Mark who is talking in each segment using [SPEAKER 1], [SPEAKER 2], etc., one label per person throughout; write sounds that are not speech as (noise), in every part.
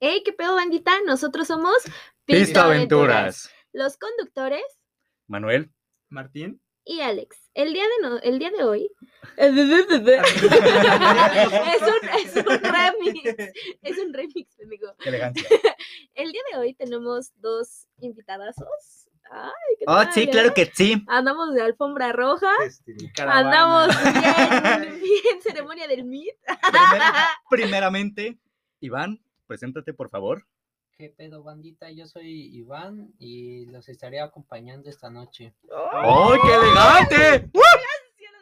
[SPEAKER 1] Hey, qué pedo, bandita. Nosotros somos
[SPEAKER 2] Pista Aventuras.
[SPEAKER 1] Los conductores
[SPEAKER 2] Manuel.
[SPEAKER 3] Martín.
[SPEAKER 1] y Alex. El día de, no- el día de
[SPEAKER 2] (laughs)
[SPEAKER 1] hoy es un, es un remix. Es un remix, amigo.
[SPEAKER 2] Qué (laughs) elegancia.
[SPEAKER 1] El día de hoy tenemos dos invitadazos. Ay, qué
[SPEAKER 2] Oh,
[SPEAKER 1] tal,
[SPEAKER 2] sí,
[SPEAKER 1] eh?
[SPEAKER 2] claro que sí.
[SPEAKER 1] Andamos de alfombra roja.
[SPEAKER 4] este,
[SPEAKER 3] Caravana.
[SPEAKER 1] Andamos
[SPEAKER 2] (laughs)
[SPEAKER 1] bien, bien ceremonia del MIT.
[SPEAKER 2] Primera- primeramente, Iván, preséntate, por favor.
[SPEAKER 5] ¿Qué pedo, bandita? Yo soy Iván y los estaré acompañando
[SPEAKER 2] (laughs)
[SPEAKER 5] esta noche.
[SPEAKER 2] ¡Oh, qué elegante!
[SPEAKER 1] Sí, lo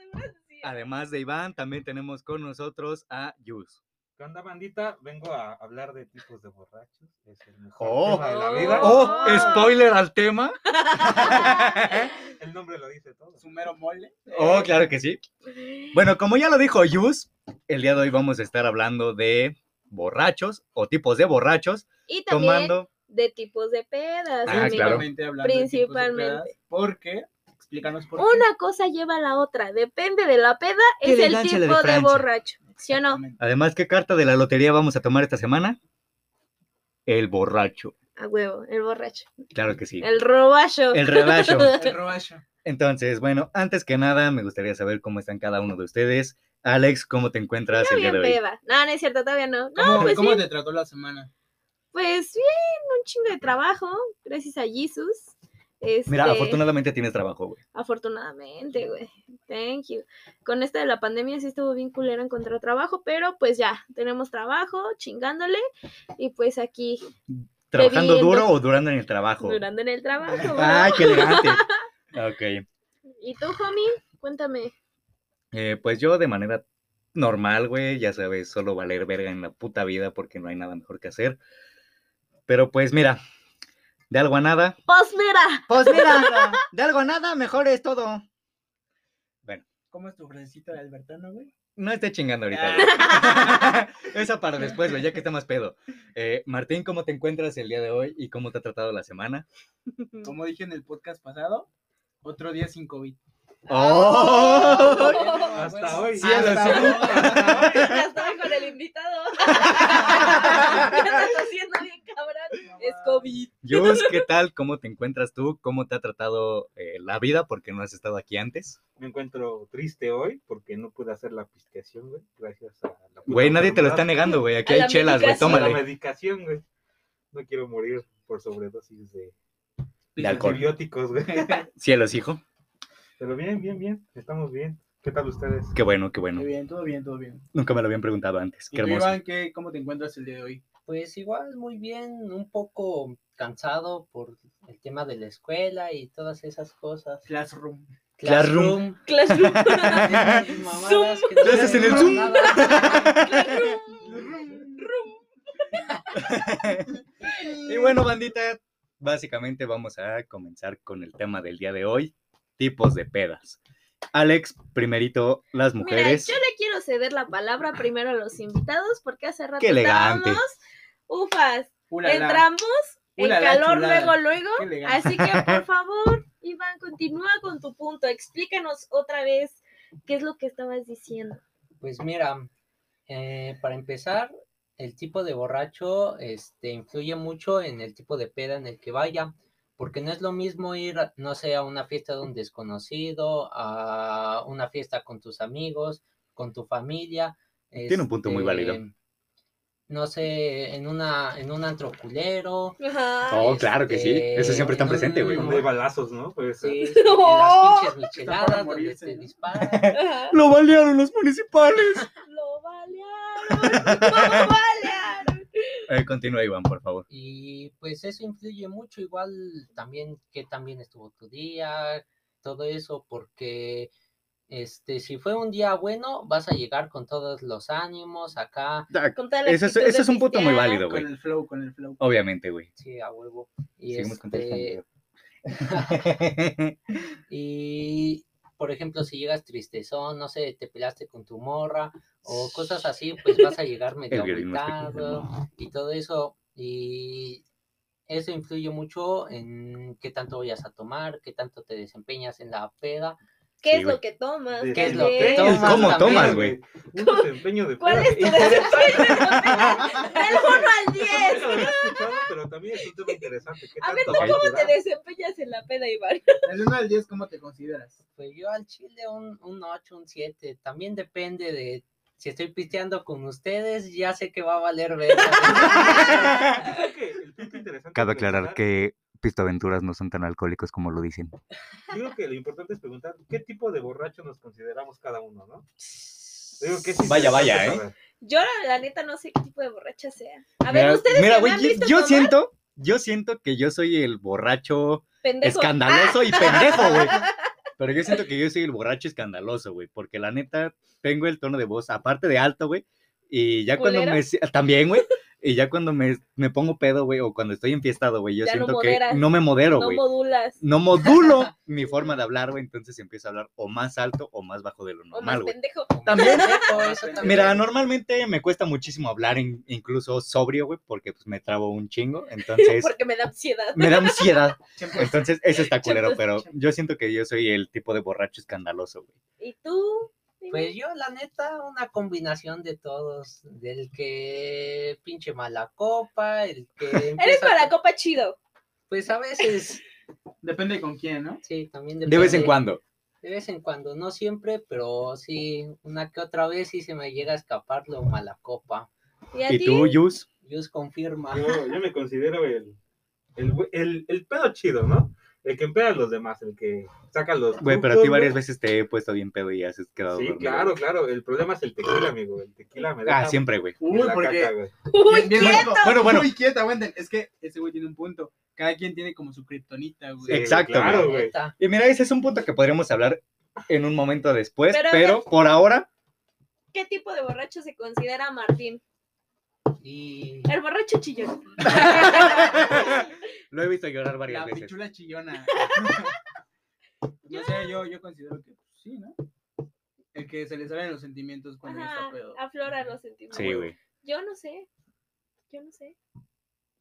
[SPEAKER 1] demás, sí.
[SPEAKER 2] Además de Iván, también tenemos con nosotros a Yus.
[SPEAKER 4] ¿Qué onda, bandita? Vengo a hablar de tipos de borrachos. Es el mejor
[SPEAKER 2] Oh.
[SPEAKER 4] tema de la vida.
[SPEAKER 2] ¡Oh, spoiler al tema!
[SPEAKER 4] El nombre lo dice todo.
[SPEAKER 3] Su mero mole.
[SPEAKER 2] ¡Oh, claro que sí! Bueno, como ya lo dijo Yus, el día de hoy vamos a estar hablando de borrachos o tipos de borrachos
[SPEAKER 1] Y también
[SPEAKER 2] tomando
[SPEAKER 1] de tipos de pedas.
[SPEAKER 2] Ah,
[SPEAKER 1] amigo.
[SPEAKER 2] claro.
[SPEAKER 3] Principalmente hablando de tipos de
[SPEAKER 1] Principalmente.
[SPEAKER 3] pedas, porque, explícanos por qué.
[SPEAKER 1] Una cosa lleva a la otra, depende de la peda,
[SPEAKER 2] Qué
[SPEAKER 1] es el
[SPEAKER 2] elegancia la de
[SPEAKER 1] tipo de
[SPEAKER 2] Francia.
[SPEAKER 1] borracho. ¿Sí o no?
[SPEAKER 3] Exactamente.
[SPEAKER 2] Además, ¿qué carta de la lotería vamos a tomar esta semana? El borracho.
[SPEAKER 1] A huevo, el borracho.
[SPEAKER 2] Claro que sí.
[SPEAKER 1] El roballo.
[SPEAKER 2] El rebacho.
[SPEAKER 3] El roballo.
[SPEAKER 2] Entonces, bueno, antes que nada, me gustaría saber cómo están cada uno de ustedes. Alex, ¿cómo te encuentras el
[SPEAKER 1] Todavía
[SPEAKER 2] día de hoy?
[SPEAKER 1] peda. No, no es cierto, todavía no. No,
[SPEAKER 3] ¿Cómo,
[SPEAKER 1] pues
[SPEAKER 3] cómo
[SPEAKER 1] bien,
[SPEAKER 3] te trató la semana?
[SPEAKER 1] pues bien, un chingo de trabajo, gracias a Jesus. Este,
[SPEAKER 2] Mira, afortunadamente tienes trabajo, güey.
[SPEAKER 1] Afortunadamente, güey. Thank you. Con esta de la pandemia sí estuvo bien culero encontrar trabajo, pero pues ya, tenemos trabajo, chingándole, y pues aquí,
[SPEAKER 2] ¿Trabajando
[SPEAKER 1] Bebiendo.
[SPEAKER 2] duro o durando en el trabajo?
[SPEAKER 1] durando en el trabajo.
[SPEAKER 2] ¡Ay, qué elegante! ok.
[SPEAKER 1] bro. ¿Y tú, homie? Cuéntame.
[SPEAKER 2] eh, pues yo de manera normal, güey, ya sabes, solo valer verga en la puta vida porque no hay nada mejor que hacer. Pero pues mira, de algo a nada,
[SPEAKER 1] Pues mira,
[SPEAKER 2] Pues (laughs) mira, de algo a nada, mejor es todo.
[SPEAKER 3] ¿Cómo es tu frasecito de Albertano, güey?
[SPEAKER 2] No esté chingando ahorita.
[SPEAKER 1] Ah. (laughs)
[SPEAKER 2] güey. (laughs) Esa para después, güey, ya que está más pedo. Eh, Martín, ¿cómo te encuentras el día de hoy y cómo te ha tratado la semana?
[SPEAKER 3] Como dije en el podcast pasado, otro día sin COVID.
[SPEAKER 2] ¡Oh!
[SPEAKER 4] Hasta hoy.
[SPEAKER 2] Sí, a la
[SPEAKER 3] Hasta
[SPEAKER 2] salud.
[SPEAKER 3] (laughs) ahora.
[SPEAKER 1] Ya estaba con el invitado. Ya está tosiendo bien, cabrón. Es COVID.
[SPEAKER 2] (laughs) Yus, ¿qué tal? ¿Cómo te encuentras tú? ¿Cómo te ha tratado eh, la vida? Porque no has estado aquí antes.
[SPEAKER 4] Me encuentro triste hoy porque no pude hacer la pisteación, güey. Gracias a la puta
[SPEAKER 2] Güey, nadie te lo está
[SPEAKER 4] enfermedad.
[SPEAKER 2] negando, güey. Aquí
[SPEAKER 1] A
[SPEAKER 2] hay
[SPEAKER 1] la
[SPEAKER 2] chelas, güey.
[SPEAKER 1] medicación.
[SPEAKER 4] A La
[SPEAKER 2] Tómale.
[SPEAKER 4] medicación, güey. No quiero morir por sobredosis de
[SPEAKER 2] De alcohol.
[SPEAKER 4] antibióticos, güey.
[SPEAKER 2] Cielos, hijo.
[SPEAKER 4] Pero bien, bien, bien. Estamos bien. ¿Qué tal ustedes?
[SPEAKER 2] Qué bueno, qué bueno.
[SPEAKER 3] Muy bien, todo bien, todo bien.
[SPEAKER 2] Nunca me lo habían preguntado antes.
[SPEAKER 3] ¿Y
[SPEAKER 2] Qué
[SPEAKER 3] tú,
[SPEAKER 2] hermoso.
[SPEAKER 3] Iván, qué, cómo te encuentras el día de hoy?
[SPEAKER 5] Pues igual, muy bien, un poco cansado por el tema de la escuela y todas esas cosas.
[SPEAKER 3] Classroom.
[SPEAKER 2] Classroom.
[SPEAKER 1] Classroom.
[SPEAKER 5] (laughs) Classroom, mamadas que no
[SPEAKER 2] Clases en el
[SPEAKER 5] sirven
[SPEAKER 2] Zoom.
[SPEAKER 5] para nada.
[SPEAKER 1] Classroom. Rum.
[SPEAKER 2] Y bueno, bandita, básicamente vamos a comenzar con el tema del día de hoy, tipos de pedas. Alex, primerito, las
[SPEAKER 1] Mira,
[SPEAKER 2] mujeres.
[SPEAKER 1] yo le quiero ceder la palabra primero a los invitados porque hace rato
[SPEAKER 2] Qué elegante.
[SPEAKER 1] estábamos ufas.
[SPEAKER 3] Ulala.
[SPEAKER 1] Entramos en
[SPEAKER 3] Ulala,
[SPEAKER 1] calor
[SPEAKER 3] chulada.
[SPEAKER 1] luego, luego.
[SPEAKER 3] Qué elegante.
[SPEAKER 1] Así
[SPEAKER 5] (laughs)
[SPEAKER 1] que, por favor, Iván, continúa con tu punto. Explícanos otra vez qué es lo que estabas diciendo.
[SPEAKER 5] Pues mira, eh, para empezar, el tipo de borracho este, influye mucho en el tipo de peda en el que vaya, porque no es lo mismo ir, a, no sé, a una fiesta de un desconocido, a una fiesta con tus amigos, con tu familia.
[SPEAKER 2] Tiene un punto muy válido.
[SPEAKER 5] este, No sé, en una, en un antro culero.
[SPEAKER 1] (laughs) Ajá.
[SPEAKER 2] Oh, claro que sí,
[SPEAKER 1] este,
[SPEAKER 2] eso siempre está
[SPEAKER 5] en
[SPEAKER 2] presente, güey.
[SPEAKER 5] un-
[SPEAKER 4] Donde hay balazos, ¿no? Pues,
[SPEAKER 5] sí, en
[SPEAKER 1] No.
[SPEAKER 5] las pinches micheladas donde
[SPEAKER 3] morirse,
[SPEAKER 5] te
[SPEAKER 3] ¿no?
[SPEAKER 5] disparan.
[SPEAKER 1] Ajá.
[SPEAKER 2] Lo balearon los municipales.
[SPEAKER 1] Lo balearon. Lo balearon.
[SPEAKER 2] Eh, continúa, Iván, por favor.
[SPEAKER 5] Y pues eso influye mucho, igual también que también estuvo tu día, todo eso, porque este, si fue un día bueno, vas a llegar con todos los ánimos acá,
[SPEAKER 2] Ah,
[SPEAKER 1] Con toda la
[SPEAKER 2] Ese es,
[SPEAKER 1] actitud
[SPEAKER 2] ese
[SPEAKER 1] de
[SPEAKER 2] es un punto muy
[SPEAKER 1] pistear.
[SPEAKER 2] válido,
[SPEAKER 3] Con
[SPEAKER 2] güey.
[SPEAKER 3] el flow, con el flow.
[SPEAKER 2] Obviamente, güey.
[SPEAKER 5] sí, a huevo. Y
[SPEAKER 2] Seguimos
[SPEAKER 5] este,
[SPEAKER 2] contestando. güey.
[SPEAKER 5] y por ejemplo, si llegas tristezón, no sé, te pelaste con tu morra o cosas así, pues vas
[SPEAKER 2] (laughs)
[SPEAKER 5] a llegar medio
[SPEAKER 2] violín más pequeño del
[SPEAKER 5] agüitado. y todo eso. Y eso influye mucho en qué tanto vayas a tomar, qué tanto te desempeñas en la peda.
[SPEAKER 1] ¿Qué
[SPEAKER 2] Sí,
[SPEAKER 1] es
[SPEAKER 2] güey.
[SPEAKER 1] lo que tomas?
[SPEAKER 4] de-
[SPEAKER 5] ¿Qué es lo que
[SPEAKER 1] ves?
[SPEAKER 5] tomas
[SPEAKER 2] ¿Cómo
[SPEAKER 5] también?
[SPEAKER 2] tomas, güey?
[SPEAKER 4] Un desempeño de
[SPEAKER 1] ¿Cuál
[SPEAKER 4] peda
[SPEAKER 1] es tu
[SPEAKER 4] (laughs) interesante.
[SPEAKER 5] (laughs)
[SPEAKER 1] desempeño? Del 1 al 10.
[SPEAKER 4] interesante. ¿Qué
[SPEAKER 1] A ver,
[SPEAKER 4] tanto
[SPEAKER 1] ¿tú
[SPEAKER 4] va
[SPEAKER 1] cómo te
[SPEAKER 4] durar?
[SPEAKER 1] desempeñas en la peda, Iván?
[SPEAKER 3] Del 1 al 10, ¿cómo te consideras?
[SPEAKER 5] Pues yo al chile un, un 8, un 7. También depende de si estoy pisteando con ustedes, ya sé que va a
[SPEAKER 2] (laughs)
[SPEAKER 5] valer verga.
[SPEAKER 4] Creo que el punto interesante
[SPEAKER 2] Cabe
[SPEAKER 4] es
[SPEAKER 2] aclarar
[SPEAKER 4] preguntar-
[SPEAKER 2] que Pistoaventuras no son tan alcohólicos como lo dicen.
[SPEAKER 4] Digo que lo importante es preguntar qué tipo de borracho nos consideramos cada uno, ¿no? Digo que sí.
[SPEAKER 2] Vaya, vaya, ¿eh?
[SPEAKER 1] Yo, la, la neta, no sé qué tipo de borracha sea. A ver,
[SPEAKER 2] Mira,
[SPEAKER 1] ustedes
[SPEAKER 2] mira,
[SPEAKER 1] que me
[SPEAKER 2] güey,
[SPEAKER 1] han
[SPEAKER 2] yo-
[SPEAKER 1] visto
[SPEAKER 2] yo
[SPEAKER 1] tomar,
[SPEAKER 2] siento, yo siento que yo soy el borracho
[SPEAKER 1] pendejo.
[SPEAKER 2] escandaloso y pendejo,
[SPEAKER 1] (laughs)
[SPEAKER 2] güey. Pero yo siento que yo soy el borracho escandaloso, güey, porque la neta tengo el tono de voz, aparte de alto, güey, y ya cuando
[SPEAKER 1] ¿Culero?
[SPEAKER 2] me... si- También, güey, y ya cuando me, me pongo pedo, güey, o cuando estoy enfiestado, güey, yo
[SPEAKER 1] Ya no
[SPEAKER 2] siento que
[SPEAKER 1] moderas,
[SPEAKER 2] no me modero,
[SPEAKER 1] no
[SPEAKER 2] güey.
[SPEAKER 1] modulas.
[SPEAKER 2] No modulo
[SPEAKER 1] (laughs)
[SPEAKER 2] mi forma de hablar, güey, entonces empiezo a hablar o más alto o más bajo de lo
[SPEAKER 1] O más
[SPEAKER 2] normal, güey.
[SPEAKER 1] pendejo.
[SPEAKER 2] También-
[SPEAKER 5] Pendejo, eso también.
[SPEAKER 2] Mira, normalmente me cuesta muchísimo hablar, in- incluso sobrio, güey, porque pues me trabo un
[SPEAKER 1] (laughs)
[SPEAKER 2] chingo, entonces
[SPEAKER 1] Porque me da ansiedad.
[SPEAKER 2] me da ansiedad.
[SPEAKER 3] Siempre.
[SPEAKER 2] Entonces,
[SPEAKER 1] (laughs)
[SPEAKER 2] eso está culero,
[SPEAKER 1] Chambos,
[SPEAKER 2] pero
[SPEAKER 3] chambos.
[SPEAKER 2] yo siento que yo soy el tipo de borracho escandaloso, güey.
[SPEAKER 1] ¿Y tú?
[SPEAKER 5] Pues yo, la neta, una combinación de todos. Del que pinche mala copa, el que.
[SPEAKER 1] Eres
[SPEAKER 5] empieza-
[SPEAKER 1] para la copa chido.
[SPEAKER 5] Pues a veces,
[SPEAKER 3] Depende con quién, ¿no?
[SPEAKER 5] sí, también
[SPEAKER 2] De vez en
[SPEAKER 5] depende.
[SPEAKER 2] cuando.
[SPEAKER 5] De vez en cuando, no siempre, pero sí, una que otra vez sí se me llega a escapar lo mala copa.
[SPEAKER 1] ¿Y a
[SPEAKER 2] ¿Y
[SPEAKER 1] ti?
[SPEAKER 2] tú, Yus?
[SPEAKER 5] Dios confirma.
[SPEAKER 4] Yo, yo me considero el, el, güe- el, el pedo chido, ¿no? El que empea a los demás, el que saca los.
[SPEAKER 2] Güey, pero a ti
[SPEAKER 4] trucos,
[SPEAKER 2] varias
[SPEAKER 4] güey.
[SPEAKER 2] veces te he puesto bien pedo y has quedado
[SPEAKER 4] Sí,
[SPEAKER 2] dormido,
[SPEAKER 4] claro,
[SPEAKER 2] güey.
[SPEAKER 4] claro. El problema es el tequila, amigo. El tequila me deja.
[SPEAKER 2] Ah, siempre, güey.
[SPEAKER 4] en
[SPEAKER 3] Uy,
[SPEAKER 4] la
[SPEAKER 3] porque.
[SPEAKER 4] caca, güey.
[SPEAKER 1] Uy,
[SPEAKER 3] Bien,
[SPEAKER 1] ¿qué?
[SPEAKER 3] loco.
[SPEAKER 2] Bueno, bueno.
[SPEAKER 3] Uy, quieta, Wendell. Es que ese güey tiene un punto. Cada quien tiene como su kriptonita,
[SPEAKER 4] Sí,
[SPEAKER 3] güey.
[SPEAKER 2] Exacto,
[SPEAKER 4] Claro, güey.
[SPEAKER 5] Neta.
[SPEAKER 2] Y mira, ese es un punto que podríamos hablar en un momento después,
[SPEAKER 1] Pero
[SPEAKER 2] pero,
[SPEAKER 1] a ver.
[SPEAKER 2] por ahora,
[SPEAKER 1] ¿Qué tipo de borracho se considera Martín?
[SPEAKER 5] Y (laughs)
[SPEAKER 1] El borracho chillón. (laughs)
[SPEAKER 2] lo he visto llorar
[SPEAKER 3] La
[SPEAKER 2] varias veces.
[SPEAKER 3] pichula chillona. (laughs) no sé, yo, yo considero que pues, sí, ¿no? El que se le salen los sentimientos cuando
[SPEAKER 1] Ajá,
[SPEAKER 3] está pedo.
[SPEAKER 1] aflora los sentimientos.
[SPEAKER 2] Sí, güey.
[SPEAKER 1] Yo no sé. Yo no sé.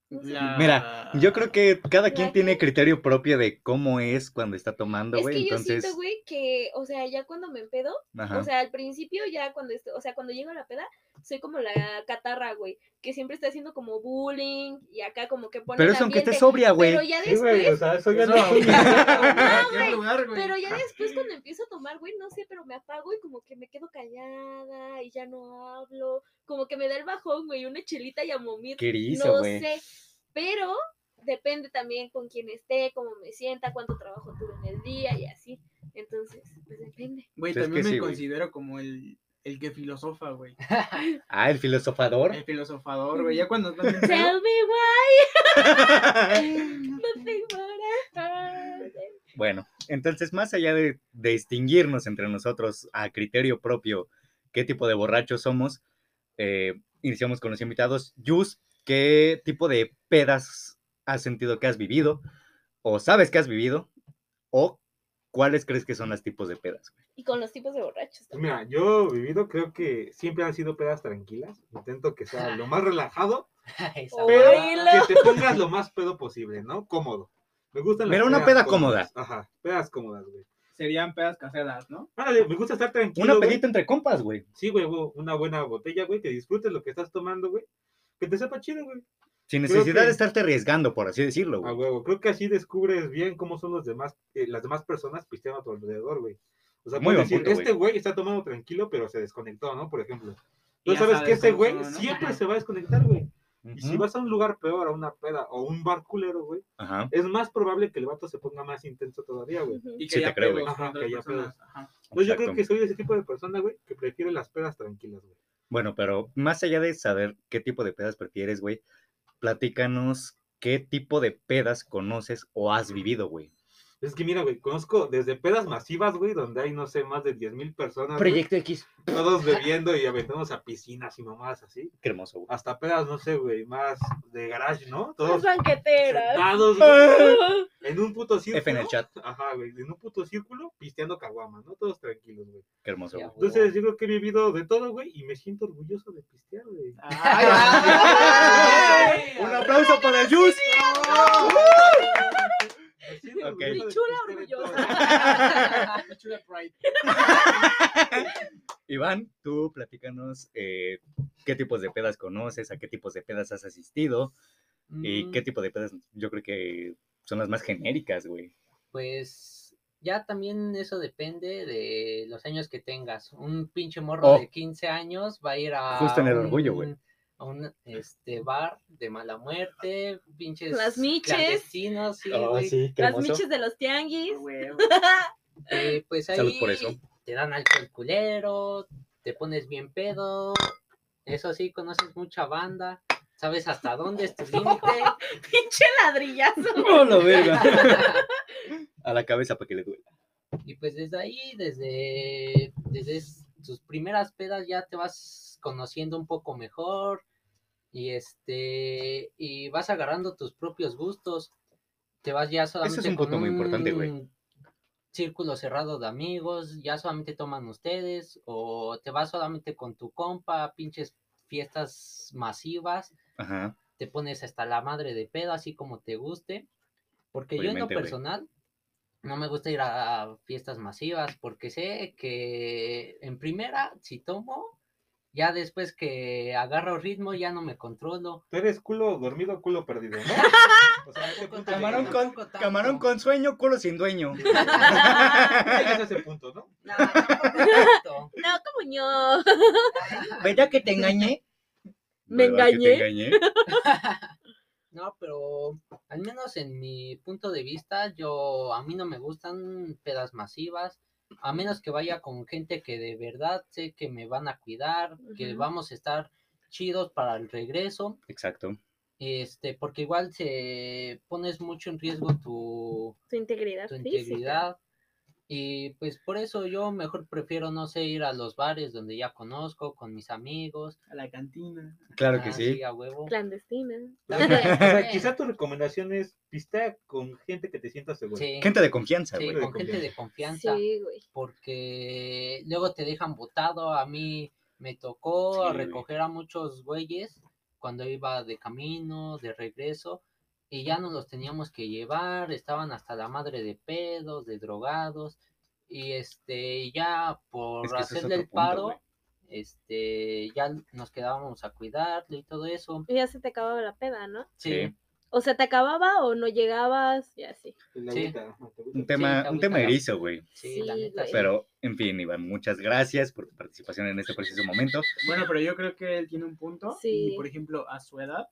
[SPEAKER 1] No sé.
[SPEAKER 3] La-
[SPEAKER 2] Mira, Yo creo que cada quien
[SPEAKER 1] La
[SPEAKER 2] tiene
[SPEAKER 1] gente-
[SPEAKER 2] criterio propio de cómo es cuando está tomando,
[SPEAKER 1] Es
[SPEAKER 2] güey.
[SPEAKER 1] que yo
[SPEAKER 2] Entonces,
[SPEAKER 1] siento, güey, que, o sea, ya cuando me empedo,
[SPEAKER 2] ajá.
[SPEAKER 1] o sea, al principio ya cuando estoy, o sea, cuando llego a la peda, soy como la catarra, güey, que siempre está haciendo como bullying y acá como que pone
[SPEAKER 2] pero
[SPEAKER 1] el
[SPEAKER 2] eso aunque esté
[SPEAKER 1] ambiente.
[SPEAKER 2] sobria,
[SPEAKER 1] Pero
[SPEAKER 2] güey.
[SPEAKER 1] ya
[SPEAKER 4] Sí, güey. O
[SPEAKER 1] después,
[SPEAKER 4] sea, eso ya
[SPEAKER 3] Eso
[SPEAKER 4] no.
[SPEAKER 3] no,
[SPEAKER 1] (laughs)
[SPEAKER 3] (laughs) güey.
[SPEAKER 1] No,
[SPEAKER 3] Qué
[SPEAKER 1] güey,
[SPEAKER 3] lugar, güey.
[SPEAKER 1] pero ya después cuando empiezo a tomar, güey, no sé, pero me apago y como que me quedo callada y ya no hablo, como que me da el bajón, güey, una chilita y a momir.
[SPEAKER 2] ¿Qué erizo,
[SPEAKER 1] No
[SPEAKER 2] güey?
[SPEAKER 1] sé, pero depende también con quién esté, cómo me sienta, cuánto trabajo tuve en el día y así. Entonces, pues depende.
[SPEAKER 3] Güey,
[SPEAKER 2] Es que
[SPEAKER 3] también me
[SPEAKER 2] sí, güey.
[SPEAKER 3] considero como el, el que filosofa, güey.
[SPEAKER 2] Ah, el filosofador.
[SPEAKER 3] El filosofador, güey. Ya
[SPEAKER 1] (laughs)
[SPEAKER 3] cuando estás bien pedo,
[SPEAKER 1] Tell me why. Nothing but a heart.
[SPEAKER 2] Bueno, entonces, más allá de, de distinguirnos entre nosotros a criterio propio qué tipo de borrachos somos, eh, iniciamos con los invitados. Yus, ¿qué tipo de pedas has sentido que has vivido? ¿O sabes que has vivido? ¿O cuáles crees que son los tipos de pedas? güey?
[SPEAKER 1] Y con los tipos de borrachos. también.
[SPEAKER 4] Pues Mira, yo he vivido, creo que siempre han sido pedas tranquilas. Intento que sea lo más relajado,
[SPEAKER 5] esa
[SPEAKER 4] pero
[SPEAKER 5] (laughs) huevada.
[SPEAKER 1] Oílo.
[SPEAKER 4] que te pongas lo más pedo posible, ¿no? Cómodo. Me gustan las
[SPEAKER 2] Pero una
[SPEAKER 4] pedas
[SPEAKER 2] peda
[SPEAKER 4] cómodas. Ajá, pedas cómodas, güey.
[SPEAKER 3] serían pedas caseras, ¿no?
[SPEAKER 4] Árale, me gusta estar tranquilo.
[SPEAKER 2] Una
[SPEAKER 4] güey.
[SPEAKER 2] pedita entre compas, güey.
[SPEAKER 4] Sí, güey, güey, una buena botella, güey, que disfrutes lo que estás tomando, güey. Que te sepa chido, güey.
[SPEAKER 2] Sin
[SPEAKER 4] Creo
[SPEAKER 2] necesidad
[SPEAKER 4] que-
[SPEAKER 2] de estarte arriesgando, por así decirlo,
[SPEAKER 4] A
[SPEAKER 2] güey.
[SPEAKER 4] huevo. Creo que así descubres bien cómo son los demás, eh, las demás personas pisteando a tu alrededor, güey. O sea,
[SPEAKER 2] Muy buen
[SPEAKER 4] puedes decir,
[SPEAKER 2] punto, güey.
[SPEAKER 4] este güey está tomando tranquilo, pero se desconectó, ¿no? Por ejemplo.
[SPEAKER 3] Y
[SPEAKER 4] Tú
[SPEAKER 3] ya
[SPEAKER 4] sabes que
[SPEAKER 3] sabes
[SPEAKER 4] este
[SPEAKER 3] cómo
[SPEAKER 4] güey
[SPEAKER 3] son, ¿no?
[SPEAKER 4] siempre se va a desconectar, güey. Y si
[SPEAKER 2] Ujú.
[SPEAKER 4] vas a un lugar peor, a una peda o un bar culero, güey,
[SPEAKER 2] Ajá.
[SPEAKER 4] es más probable que el vato se ponga más intenso todavía, güey.
[SPEAKER 1] Ujú.
[SPEAKER 3] Y
[SPEAKER 2] Sí, te creo,
[SPEAKER 3] pedos
[SPEAKER 4] güey.
[SPEAKER 3] con
[SPEAKER 4] Ajá,
[SPEAKER 3] otras
[SPEAKER 4] que ya
[SPEAKER 3] personas, ajá.
[SPEAKER 4] Entonces Pues yo creo
[SPEAKER 2] Exacto.
[SPEAKER 4] que soy ese tipo de persona, güey, que prefiere las pedas tranquilas, güey.
[SPEAKER 2] Bueno, pero más allá de saber qué tipo de pedas prefieres, güey, platícanos qué tipo de pedas conoces o has vivido, güey.
[SPEAKER 4] Es que mira, güey, conozco desde pedas masivas, güey, donde hay, no sé, más de 10.000 mil personas, güey,
[SPEAKER 2] X.
[SPEAKER 4] todos bebiendo y aventándonos a piscinas y mamadas así.
[SPEAKER 2] Qué hermoso, güey.
[SPEAKER 4] Hasta pedas, no sé, güey, más de garage, ¿no?
[SPEAKER 1] Las
[SPEAKER 4] Todos
[SPEAKER 1] banqueteras.
[SPEAKER 2] (laughs)
[SPEAKER 4] sentados, güey,
[SPEAKER 1] Ah,
[SPEAKER 4] en un puto círculo.
[SPEAKER 2] F en el chat.
[SPEAKER 4] Ajá, güey, en un puto círculo, pisteando caguama, ¿no? Todos tranquilos, güey.
[SPEAKER 2] Qué hermoso,
[SPEAKER 5] Ya,
[SPEAKER 2] güey.
[SPEAKER 4] Entonces yo creo que he vivido de todo, güey, y me siento orgulloso de pistear, güey.
[SPEAKER 3] Ay,
[SPEAKER 5] Ay,
[SPEAKER 3] ay,
[SPEAKER 2] Un aplauso para el Yus.
[SPEAKER 4] Me siento
[SPEAKER 2] Ok.
[SPEAKER 4] orgulloso de
[SPEAKER 1] Mi chula
[SPEAKER 4] pistear en
[SPEAKER 1] orgullosa.
[SPEAKER 4] (laughs)
[SPEAKER 3] ay. Chula Pride.
[SPEAKER 2] Iván, tú platícanos eh, qué tipos de pedas conoces, a qué tipos de pedas has asistido, ¿Y
[SPEAKER 5] Mm,
[SPEAKER 2] qué tipo de pedas? Yo creo que son las más genéricas, güey.
[SPEAKER 5] Pues ya también eso depende de los años que tengas. Un pinche morro
[SPEAKER 2] Oh.
[SPEAKER 5] de 15 años va a ir a.
[SPEAKER 2] Justo en el orgullo, güey.
[SPEAKER 5] un- A un este, bar de mala muerte, pinches.
[SPEAKER 1] Las miches.
[SPEAKER 5] clandestinos, sí,
[SPEAKER 2] Ah,
[SPEAKER 5] güey.
[SPEAKER 2] sí, qué
[SPEAKER 1] Las
[SPEAKER 2] hermoso.
[SPEAKER 1] miches de los tianguis.
[SPEAKER 5] Eh, pues ahí
[SPEAKER 2] Salud por eso.
[SPEAKER 5] te dan alcohol culero, te pones bien pedo. Eso sí, conoces mucha banda, sabes hasta dónde
[SPEAKER 2] (laughs)
[SPEAKER 5] es tu límite.
[SPEAKER 1] Pinche ladrillazo.
[SPEAKER 2] ¡Hola, verga! A la cabeza para que le duela.
[SPEAKER 5] Y pues desde ahí, desde, desde es- tus primeras pedas ya te vas conociendo un poco mejor y este y vas agarrando tus propios gustos. Te vas ya solamente
[SPEAKER 2] un punto
[SPEAKER 5] con
[SPEAKER 2] muy importante, güey.
[SPEAKER 5] un Círculo cerrado de amigos, ya solamente toman ustedes o te vas solamente con tu compa, pinches fiestas masivas
[SPEAKER 2] Ajá.
[SPEAKER 5] te pones hasta la madre de pedo, así como te guste. Porque yo en
[SPEAKER 2] Obviamente,
[SPEAKER 5] lo
[SPEAKER 2] güey.
[SPEAKER 5] personal no me gusta ir a fiestas masivas porque sé que en primera, si tomo, ya después que agarro ritmo ya no me controlo.
[SPEAKER 4] Tú eres culo dormido, culo perdido, ¿no? O sea, a ese punto
[SPEAKER 2] Camarón
[SPEAKER 4] llegamos.
[SPEAKER 2] con- Camarón con sueño, culo sin dueño.
[SPEAKER 4] Llegas a ese punto, (laughs) ¿no?
[SPEAKER 5] No, tampoco tanto.
[SPEAKER 1] (laughs) No, como yo.
[SPEAKER 2] ¿Verdad que te (laughs) engañé?
[SPEAKER 1] ¿Me
[SPEAKER 2] ¿Verdad que te engañé?
[SPEAKER 5] No, pero al menos en mi punto de vista, yo a mí no me gustan pedas masivas, a menos que vaya con gente que de verdad sé que me van a cuidar, que
[SPEAKER 1] Ujú.
[SPEAKER 5] vamos a estar chidos para el regreso,
[SPEAKER 2] Exacto.
[SPEAKER 5] este, porque igual se pones mucho en riesgo tu,
[SPEAKER 1] Tu integridad
[SPEAKER 5] tu
[SPEAKER 1] física.
[SPEAKER 5] integridad. Y pues por eso yo mejor prefiero, no sé, ir a los bares donde ya conozco, con mis amigos.
[SPEAKER 3] A la cantina.
[SPEAKER 2] Claro que
[SPEAKER 5] Ah,
[SPEAKER 2] sí.
[SPEAKER 5] a huevo.
[SPEAKER 1] Clandestina.
[SPEAKER 4] O sea, quizá tu recomendación es pistea con gente que te sienta seguro.
[SPEAKER 5] Sí,
[SPEAKER 2] Gente de confianza,
[SPEAKER 5] sí,
[SPEAKER 2] güey.
[SPEAKER 4] de
[SPEAKER 5] con gente de confianza.
[SPEAKER 1] Sí, güey.
[SPEAKER 5] porque luego te dejan botado. A mí me tocó
[SPEAKER 2] Sí, güey.
[SPEAKER 5] recoger a muchos güeyes cuando iba de camino, de regreso, y ya nos los teníamos que llevar, estaban hasta la madre de pedos, de drogados, y este, ya por
[SPEAKER 2] Es que ese es
[SPEAKER 5] hacerle
[SPEAKER 2] otro
[SPEAKER 5] el
[SPEAKER 2] punto,
[SPEAKER 5] paro,
[SPEAKER 2] güey.
[SPEAKER 5] este, ya nos quedábamos a cuidarle y todo eso.
[SPEAKER 1] Ya se te acababa la peda, ¿no?
[SPEAKER 5] Sí.
[SPEAKER 2] Sí.
[SPEAKER 1] O sea, te acababa o no llegabas y así.
[SPEAKER 4] La
[SPEAKER 5] Sí.
[SPEAKER 4] agüita, ajá, la agüita.
[SPEAKER 2] Un tema,
[SPEAKER 5] Sí,
[SPEAKER 2] un
[SPEAKER 5] agüita,
[SPEAKER 2] tema
[SPEAKER 5] la-
[SPEAKER 2] erizo, güey.
[SPEAKER 5] Sí, la
[SPEAKER 1] Sí,
[SPEAKER 5] neta,
[SPEAKER 1] güey.
[SPEAKER 5] sí.
[SPEAKER 2] Pero, en fin, Iván, muchas gracias por tu participación en este preciso momento.
[SPEAKER 3] Bueno, pero yo creo que él tiene un punto.
[SPEAKER 1] Sí.
[SPEAKER 3] Y por ejemplo, a su edad,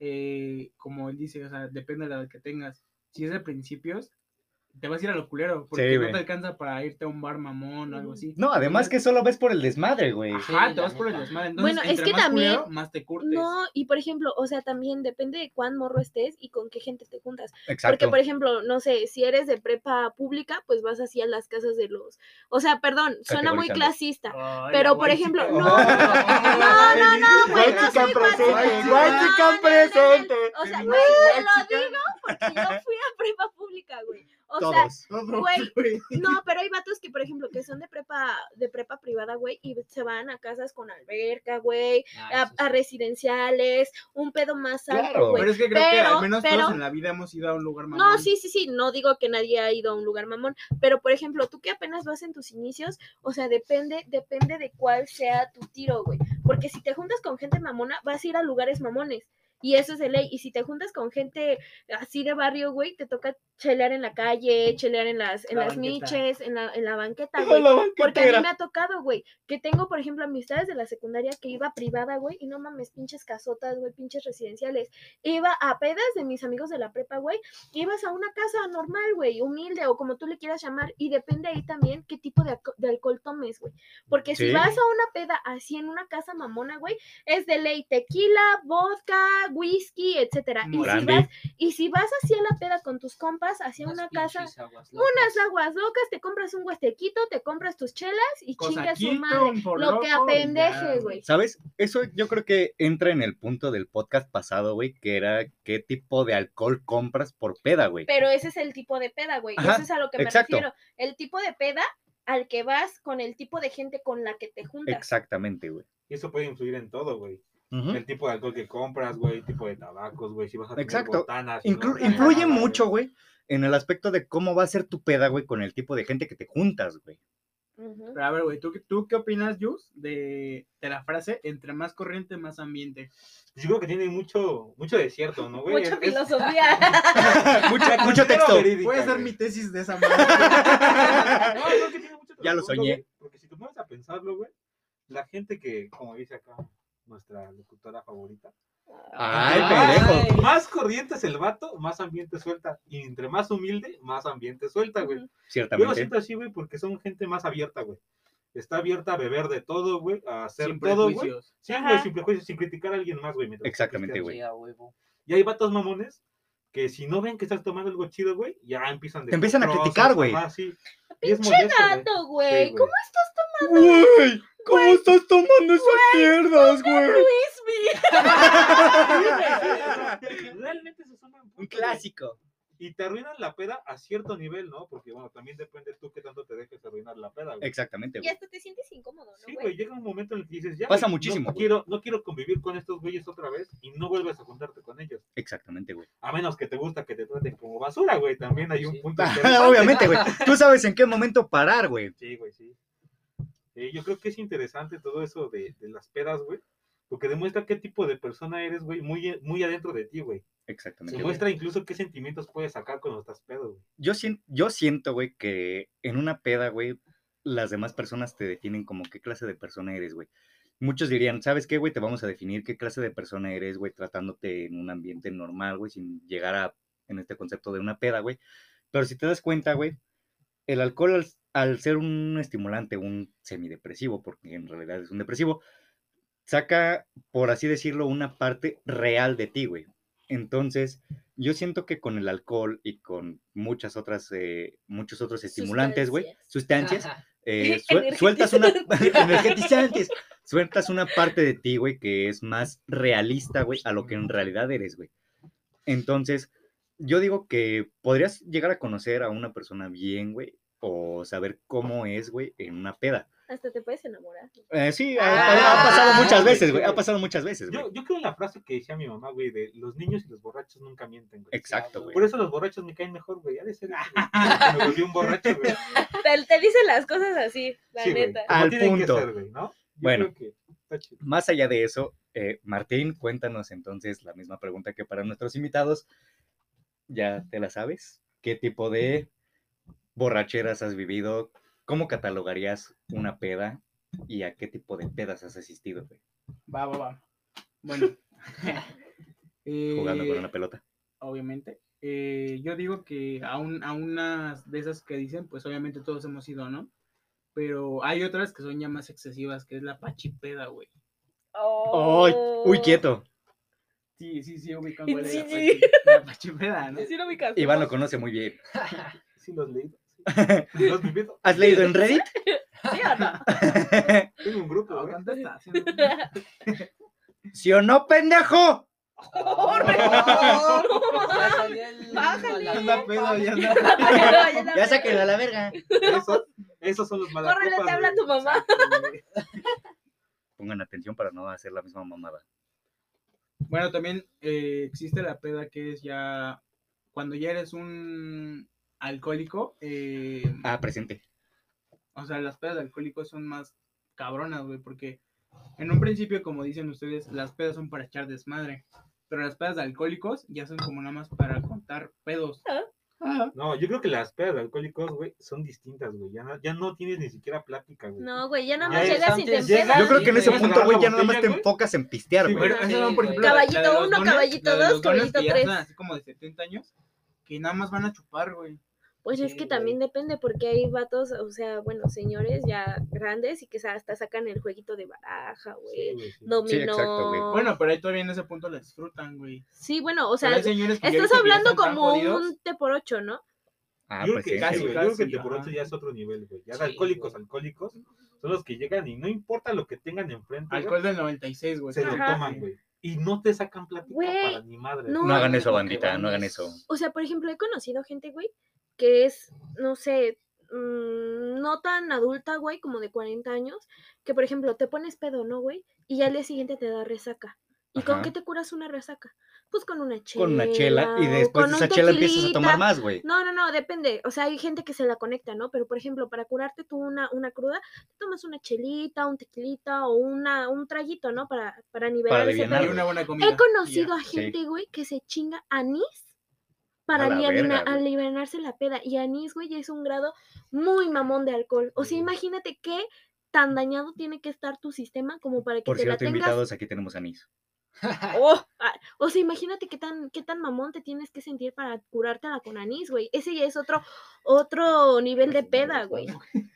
[SPEAKER 3] eh, como él dice, o sea, depende de la edad que tengas. Si es de principios, te vas a ir a lo culero, porque no
[SPEAKER 2] güey.
[SPEAKER 3] te alcanza para irte a un bar mamón o algo así.
[SPEAKER 2] No, además que solo ves por el desmadre, güey.
[SPEAKER 3] Ajá,
[SPEAKER 5] Sí,
[SPEAKER 3] te
[SPEAKER 5] la
[SPEAKER 3] vas por el
[SPEAKER 5] neta.
[SPEAKER 3] desmadre. Entonces,
[SPEAKER 1] Bueno, es
[SPEAKER 3] entre
[SPEAKER 1] que
[SPEAKER 3] más
[SPEAKER 1] también-
[SPEAKER 3] culero, más te curtes.
[SPEAKER 1] No, y por ejemplo, o sea, también depende de cuán morro estés y con qué gente te juntas. Porque,
[SPEAKER 2] Exacto.
[SPEAKER 1] por ejemplo, no sé, si eres de prepa pública, pues vas así a las casas de los. O sea, perdón, suena muy
[SPEAKER 2] Categorizando.
[SPEAKER 1] clasista.
[SPEAKER 3] Ay,
[SPEAKER 1] Pero, por
[SPEAKER 3] guay,
[SPEAKER 1] ejemplo,
[SPEAKER 3] (laughs)
[SPEAKER 4] Oh.
[SPEAKER 3] chica.
[SPEAKER 1] no, no, no, no, güey, no soy guachicán,
[SPEAKER 4] presente, guay,
[SPEAKER 1] no,
[SPEAKER 2] chica
[SPEAKER 1] no, no,
[SPEAKER 2] presente.
[SPEAKER 1] no, O sea, no
[SPEAKER 2] Guay,
[SPEAKER 1] te lo digo porque yo fui a prepa pública, güey. O sea,
[SPEAKER 2] Todos.
[SPEAKER 1] Güey, no, pero hay vatos que, por ejemplo, que son de prepa, de prepa privada, güey, y se van a casas con alberca, güey,
[SPEAKER 5] Ah,
[SPEAKER 1] a,
[SPEAKER 5] eso
[SPEAKER 1] a
[SPEAKER 5] sí.
[SPEAKER 1] residenciales, un pedo más alto,
[SPEAKER 2] Claro.
[SPEAKER 1] güey.
[SPEAKER 3] Pero es que creo que
[SPEAKER 1] pero-
[SPEAKER 3] al menos
[SPEAKER 1] pero-
[SPEAKER 3] todos en la vida hemos ido a un lugar mamón.
[SPEAKER 1] No, sí, sí, sí, no digo que nadie ha ido a un lugar mamón, pero por ejemplo, tú que apenas vas en tus inicios, o sea, depende, depende de cuál sea tu tiro, güey, porque si te juntas con gente mamona, vas a ir a lugares mamones. Y eso es de ley. Y si te juntas con gente así de barrio, güey, te toca chelear en la calle, chelear en las, en
[SPEAKER 3] La
[SPEAKER 1] las
[SPEAKER 3] banqueta.
[SPEAKER 1] miches, en la, en la
[SPEAKER 3] (laughs)
[SPEAKER 1] banqueta, güey. Porque a mí me ha tocado, güey, que tengo, por ejemplo, amistades de la secundaria que iba privada, güey, y no mames, pinches casotas, güey, pinches residenciales. Iba a pedas de mis amigos de la prepa, güey, ibas a una casa normal, güey, humilde o como tú le quieras llamar, y depende ahí también qué tipo de, alco- de alcohol tomes, güey. Porque si
[SPEAKER 2] Sí.
[SPEAKER 1] vas a una peda así en una casa mamona, güey, es de ley tequila, vodka, whisky, etcétera. Y si,
[SPEAKER 2] Brandy.
[SPEAKER 1] vas, y si vas así a la peda con tus compas, hacia
[SPEAKER 5] Unas
[SPEAKER 1] una casa
[SPEAKER 5] pinches aguas
[SPEAKER 1] unas
[SPEAKER 5] locas.
[SPEAKER 1] aguas locas, te compras un huestequito, te compras tus chelas y chingas su
[SPEAKER 3] Cosaquito,
[SPEAKER 1] madre.
[SPEAKER 3] un por
[SPEAKER 1] Lo que
[SPEAKER 3] loco, y ya,
[SPEAKER 1] apendeje, güey.
[SPEAKER 2] ¿Sabes? Eso yo creo que entra en el punto del podcast pasado, güey, que era qué tipo de alcohol compras por peda, güey.
[SPEAKER 1] Pero ese es el tipo de peda, güey.
[SPEAKER 2] Ajá,
[SPEAKER 1] Eso es a lo que me
[SPEAKER 2] exacto.
[SPEAKER 1] refiero. El tipo de peda al que vas con el tipo de gente con la que te juntas.
[SPEAKER 2] Exactamente, güey.
[SPEAKER 4] Y eso puede influir en todo, güey.
[SPEAKER 2] Ujú.
[SPEAKER 4] El tipo de alcohol que compras, güey, el tipo de tabacos, güey, si vas a tener
[SPEAKER 2] Exacto.
[SPEAKER 4] botanas, si no
[SPEAKER 2] Inclu-
[SPEAKER 4] vas a tener
[SPEAKER 2] influye
[SPEAKER 4] nada, güey.
[SPEAKER 2] mucho, güey, en el aspecto de cómo va a ser tu peda, güey, con el tipo de gente que te juntas, güey.
[SPEAKER 1] Ujú.
[SPEAKER 3] Pero a ver, güey, ¿tú, qué- ¿tú qué opinas, Jus, de, de la frase entre más corriente, más ambiente?
[SPEAKER 4] Yo creo que tiene mucho, mucho desierto, ¿no, güey?
[SPEAKER 1] Mucha
[SPEAKER 4] Es- es-
[SPEAKER 1] filosofía.
[SPEAKER 2] Mucha-
[SPEAKER 4] considero
[SPEAKER 2] mucho texto.
[SPEAKER 4] verídica,
[SPEAKER 3] Voy a hacer
[SPEAKER 4] güey.
[SPEAKER 3] mi tesis de esa
[SPEAKER 2] (laughs)
[SPEAKER 3] manera.
[SPEAKER 4] No, creo que tiene mucho
[SPEAKER 2] Ya lo
[SPEAKER 4] trasfondo,
[SPEAKER 2] soñé.
[SPEAKER 4] güey, Porque si tú pones a pensarlo, güey, la gente que, como dice acá nuestra locutora favorita,
[SPEAKER 2] Ay,
[SPEAKER 4] Ay.
[SPEAKER 2] pendejo.
[SPEAKER 4] más corriente es el vato, más ambiente suelta. Y entre más humilde, más ambiente suelta, güey.
[SPEAKER 1] (laughs)
[SPEAKER 4] Yo lo
[SPEAKER 2] Ciertamente.
[SPEAKER 4] siento así, güey, porque son gente más abierta, güey. Está abierta a beber de todo, güey, a hacer
[SPEAKER 3] Sin
[SPEAKER 4] todo, güey.
[SPEAKER 3] prejuicios.
[SPEAKER 4] Sí,
[SPEAKER 1] Ajá.
[SPEAKER 4] güey, sin prejuicios, sin criticar a alguien más, güey. mientras
[SPEAKER 2] Exactamente,
[SPEAKER 4] criticas.
[SPEAKER 2] güey.
[SPEAKER 5] Sí, a huevo.
[SPEAKER 4] Y hay vatos mamones que si no ven que estás tomando algo chido, güey, ya empiezan de
[SPEAKER 2] Te empiezan a
[SPEAKER 4] castrosos,
[SPEAKER 2] criticar, güey.
[SPEAKER 4] ajá, sí. Y es
[SPEAKER 1] Pinche
[SPEAKER 4] molesto, güey.
[SPEAKER 1] Tato,
[SPEAKER 4] Sí,
[SPEAKER 1] güey.
[SPEAKER 4] güey.
[SPEAKER 1] ¿Cómo
[SPEAKER 2] Güey, ¿cómo estás tomando esas mierdas, güey?
[SPEAKER 1] es mi?
[SPEAKER 4] (laughs) Realmente se suma
[SPEAKER 2] Un clásico.
[SPEAKER 4] Y te arruinan la peda a cierto nivel, ¿no? Porque, bueno, también depende tú qué tanto te dejes arruinar la peda, güey.
[SPEAKER 2] Exactamente,
[SPEAKER 1] Y
[SPEAKER 2] güey.
[SPEAKER 1] hasta te sientes incómodo,
[SPEAKER 4] Sí,
[SPEAKER 1] ¿no,
[SPEAKER 4] güey,
[SPEAKER 1] güey?
[SPEAKER 4] llega un momento en el que dices, ya.
[SPEAKER 2] Pasa
[SPEAKER 4] güey,
[SPEAKER 2] muchísimo,
[SPEAKER 4] No
[SPEAKER 2] güey.
[SPEAKER 4] quiero, no quiero convivir con estos güeyes otra vez y no vuelves a juntarte con ellos.
[SPEAKER 2] Exactamente, güey.
[SPEAKER 4] A menos que te gusta que te traten como basura, güey. También hay un
[SPEAKER 5] Sí.
[SPEAKER 2] (laughs)
[SPEAKER 4] punto. interesante.
[SPEAKER 2] (laughs) Obviamente, güey. Tú sabes en qué momento parar, güey.
[SPEAKER 4] Sí, güey, sí. Eh, yo creo que es interesante todo eso de, de las pedas, güey. Porque demuestra qué tipo de persona eres, güey, muy, muy adentro de ti, güey.
[SPEAKER 2] Exactamente. güey.
[SPEAKER 4] Demuestra incluso qué sentimientos puedes sacar cuando estás pedo, güey.
[SPEAKER 2] Yo, sien- yo siento, güey, que en una peda, güey, las demás personas te definen como qué clase de persona eres, güey. Muchos dirían, ¿sabes qué, güey? Te vamos a definir qué clase de persona eres, güey, tratándote en un ambiente normal, güey, sin llegar a, en este concepto de una peda, güey. Pero si te das cuenta, güey, el alcohol al, al ser un estimulante, un semidepresivo, porque en realidad es un depresivo, saca, por así decirlo, una parte real de ti, güey. Entonces, yo siento que con el alcohol y con muchas otras, eh, muchos otros estimulantes, güey,
[SPEAKER 5] (laughs)
[SPEAKER 2] sustancias,
[SPEAKER 4] (laughs)
[SPEAKER 2] eh, suel- sueltas una (laughs) energetizantes, sueltas una parte de ti, güey, que es más realista, güey, a lo que en realidad eres, güey. Entonces, yo digo que podrías llegar a conocer a una persona bien, güey, o saber cómo es, güey, en una peda.
[SPEAKER 1] Hasta te puedes enamorar.
[SPEAKER 2] Eh, sí, ha- ha, ha pasado
[SPEAKER 4] Ah,
[SPEAKER 2] muchas
[SPEAKER 4] güey,
[SPEAKER 2] veces,
[SPEAKER 4] sí,
[SPEAKER 2] güey, ha
[SPEAKER 4] güey.
[SPEAKER 2] pasado muchas veces, güey.
[SPEAKER 4] Yo, yo creo en la frase que decía mi mamá, güey, de los niños y los borrachos nunca mienten, güey. "Ah,
[SPEAKER 2] Exacto, güey.
[SPEAKER 4] Por eso los borrachos me caen mejor, güey. Ha de ser.
[SPEAKER 2] (laughs)
[SPEAKER 4] eso, güey, que (laughs) Me volví un borracho, güey.
[SPEAKER 1] Te, te dicen las cosas así, la
[SPEAKER 4] Sí, güey,
[SPEAKER 1] neta.
[SPEAKER 4] como
[SPEAKER 2] Al
[SPEAKER 4] tienen que
[SPEAKER 2] punto.
[SPEAKER 4] ser, güey, ¿no? Yo
[SPEAKER 2] Bueno.
[SPEAKER 4] creo que está chido.
[SPEAKER 2] Más allá de eso, eh, Martín, cuéntanos entonces la misma pregunta que para nuestros invitados. Ya te la sabes. ¿Qué tipo de borracheras has vivido? ¿Cómo catalogarías una peda? ¿Y a qué tipo de pedas has asistido? güey?
[SPEAKER 3] Va, va, va. Bueno. (laughs) Eh,
[SPEAKER 2] Jugando con una pelota.
[SPEAKER 3] obviamente. Eh, yo digo que a, un- a unas de esas que dicen, pues obviamente todos hemos ido, ¿no? Pero hay otras que son ya más excesivas, que es la pachipeda, güey.
[SPEAKER 1] Oh.
[SPEAKER 2] ¡Ay! ¡Uy, quieto!
[SPEAKER 3] Sí, sí, sí, ubican
[SPEAKER 1] Sí,
[SPEAKER 3] cuál es la,
[SPEAKER 1] sí.
[SPEAKER 3] pachi- la pachipeda, ¿no?
[SPEAKER 1] Sí, no me canso.
[SPEAKER 2] Iván lo conoce muy bien.
[SPEAKER 4] Sí,
[SPEAKER 2] (laughs)
[SPEAKER 4] los leí. sí. Los vivido.
[SPEAKER 2] ¿Has leído en Reddit?
[SPEAKER 1] ¿Sí o no?
[SPEAKER 4] Tengo un grupo,
[SPEAKER 3] No,
[SPEAKER 4] güey.
[SPEAKER 3] contesta,
[SPEAKER 4] (laughs)
[SPEAKER 3] sí, no.
[SPEAKER 2] ¿Sí o no, pendejo?
[SPEAKER 1] ¡Oh, no!
[SPEAKER 5] Ya salió el-
[SPEAKER 1] Bájale.
[SPEAKER 5] la
[SPEAKER 3] Ya anda pedo, ya anda (laughs)
[SPEAKER 2] Ya sáquenla a la verga.
[SPEAKER 4] Esos, esos son los malos.
[SPEAKER 1] Córrele, te habla tu mamá.
[SPEAKER 2] Pongan atención para no hacer la misma mamada.
[SPEAKER 3] Bueno, también eh, existe la peda que es ya cuando ya eres un alcohólico, eh,
[SPEAKER 2] Ah, presente.
[SPEAKER 3] o sea, las pedas de alcohólicos son más cabronas, güey, porque en un principio, como dicen ustedes, las pedas son para echar desmadre, pero las pedas de alcohólicos ya son como nada más para contar pedos.
[SPEAKER 1] Ah.
[SPEAKER 3] Ah,
[SPEAKER 4] No, yo creo que las pedas de alcohólicos, güey, son distintas, güey. Ya no, ya no tienes ni siquiera plática, güey.
[SPEAKER 1] No, güey, ya nada
[SPEAKER 4] Ya
[SPEAKER 1] más
[SPEAKER 4] es
[SPEAKER 1] llegas y te
[SPEAKER 5] antes,
[SPEAKER 1] empedas.
[SPEAKER 4] Ah,
[SPEAKER 5] llega-
[SPEAKER 2] Yo creo que en ese
[SPEAKER 4] Llegas a
[SPEAKER 2] punto,
[SPEAKER 4] agarrar
[SPEAKER 2] güey,
[SPEAKER 4] la
[SPEAKER 2] ya nada más te
[SPEAKER 4] botella, güey.
[SPEAKER 2] enfocas en pistear,
[SPEAKER 4] Sí,
[SPEAKER 2] güey.
[SPEAKER 3] Pero
[SPEAKER 4] güey.
[SPEAKER 3] esas son, por ejemplo, la-
[SPEAKER 1] Caballito
[SPEAKER 3] la de los
[SPEAKER 1] uno,
[SPEAKER 3] dones-
[SPEAKER 1] caballito
[SPEAKER 3] la de los
[SPEAKER 1] dos,
[SPEAKER 3] dones que
[SPEAKER 1] caballito
[SPEAKER 3] ya
[SPEAKER 1] tres.
[SPEAKER 3] están Así como de 70 años, que nada más van a chupar, güey.
[SPEAKER 1] Pues es
[SPEAKER 5] Sí,
[SPEAKER 1] que
[SPEAKER 5] güey.
[SPEAKER 1] también depende, porque hay vatos, o sea, bueno, señores ya grandes y que sa- hasta sacan el jueguito de baraja,
[SPEAKER 4] Sí,
[SPEAKER 1] güey.
[SPEAKER 4] güey, sí.
[SPEAKER 1] Dominó.
[SPEAKER 2] Sí, exacto, güey.
[SPEAKER 3] Bueno, pero ahí todavía en ese punto la disfrutan, güey.
[SPEAKER 1] Sí, bueno, o
[SPEAKER 3] Pero
[SPEAKER 1] sea,
[SPEAKER 3] hay señores que ya
[SPEAKER 1] estás
[SPEAKER 3] ahorita que ya
[SPEAKER 1] hablando
[SPEAKER 3] están tan
[SPEAKER 1] como
[SPEAKER 3] jodidos,
[SPEAKER 1] un T por ocho, ¿no?
[SPEAKER 2] Ah,
[SPEAKER 4] yo creo que
[SPEAKER 2] presente,
[SPEAKER 4] casi,
[SPEAKER 2] güey.
[SPEAKER 4] güey.
[SPEAKER 3] casi,
[SPEAKER 4] Yo creo que
[SPEAKER 3] casi,
[SPEAKER 4] de por
[SPEAKER 3] ajá.
[SPEAKER 4] ocho ya es otro nivel, güey. Ya de
[SPEAKER 5] Sí,
[SPEAKER 4] alcohólicos,
[SPEAKER 5] güey.
[SPEAKER 4] alcohólicos, son los que llegan y no importa lo que tengan enfrente, güey,
[SPEAKER 3] Alcohol del 96, güey.
[SPEAKER 4] se lo
[SPEAKER 1] Ajá.
[SPEAKER 4] toman, güey. Y no te sacan plática
[SPEAKER 1] Güey,
[SPEAKER 4] para ni madre.
[SPEAKER 1] no,
[SPEAKER 2] No hagan eso,
[SPEAKER 5] Lo que
[SPEAKER 2] bandita,
[SPEAKER 5] van
[SPEAKER 2] no hagan
[SPEAKER 5] es-
[SPEAKER 2] eso.
[SPEAKER 1] O sea, por ejemplo, he conocido gente, güey, que es, no sé, mm, no tan adulta, güey, como de 40 años, que por ejemplo te pones pedo, ¿no, güey? Y ya al día siguiente te da resaca. ¿Y con
[SPEAKER 2] Ajá.
[SPEAKER 1] qué te curas una resaca? Pues con una chela.
[SPEAKER 2] Con una chela y
[SPEAKER 1] o
[SPEAKER 2] después
[SPEAKER 1] con
[SPEAKER 2] de
[SPEAKER 1] un
[SPEAKER 2] esa chela empiezas a
[SPEAKER 1] tequilita.
[SPEAKER 2] tomar más, güey.
[SPEAKER 1] No, no, no, depende. O sea, hay gente que se la conecta, ¿no? Pero, por ejemplo, para curarte tú una, una cruda, te tomas una chelita, un tequilita o una, un traguito, ¿no? Para, para nivelar ese
[SPEAKER 2] alivianar,
[SPEAKER 1] pedo.
[SPEAKER 3] Y una buena comida.
[SPEAKER 1] He conocido a
[SPEAKER 3] y
[SPEAKER 2] Sí.
[SPEAKER 1] gente, güey, que se chinga anís para
[SPEAKER 2] la
[SPEAKER 1] aliviar-
[SPEAKER 2] verga, güey.
[SPEAKER 1] alivianarse la peda. Y anís, güey, es un grado muy mamón de alcohol. O sea,
[SPEAKER 2] Sí.
[SPEAKER 1] imagínate qué tan dañado tiene que estar tu sistema como para que
[SPEAKER 2] Por
[SPEAKER 1] te
[SPEAKER 2] cierto,
[SPEAKER 1] la tengas.
[SPEAKER 2] invitados, aquí tenemos anís.
[SPEAKER 1] Oh, ah, o sea, imagínate qué tan, qué tan mamón te tienes que sentir para curártela con anís, güey. Ese ya es otro, otro nivel de peda, güey.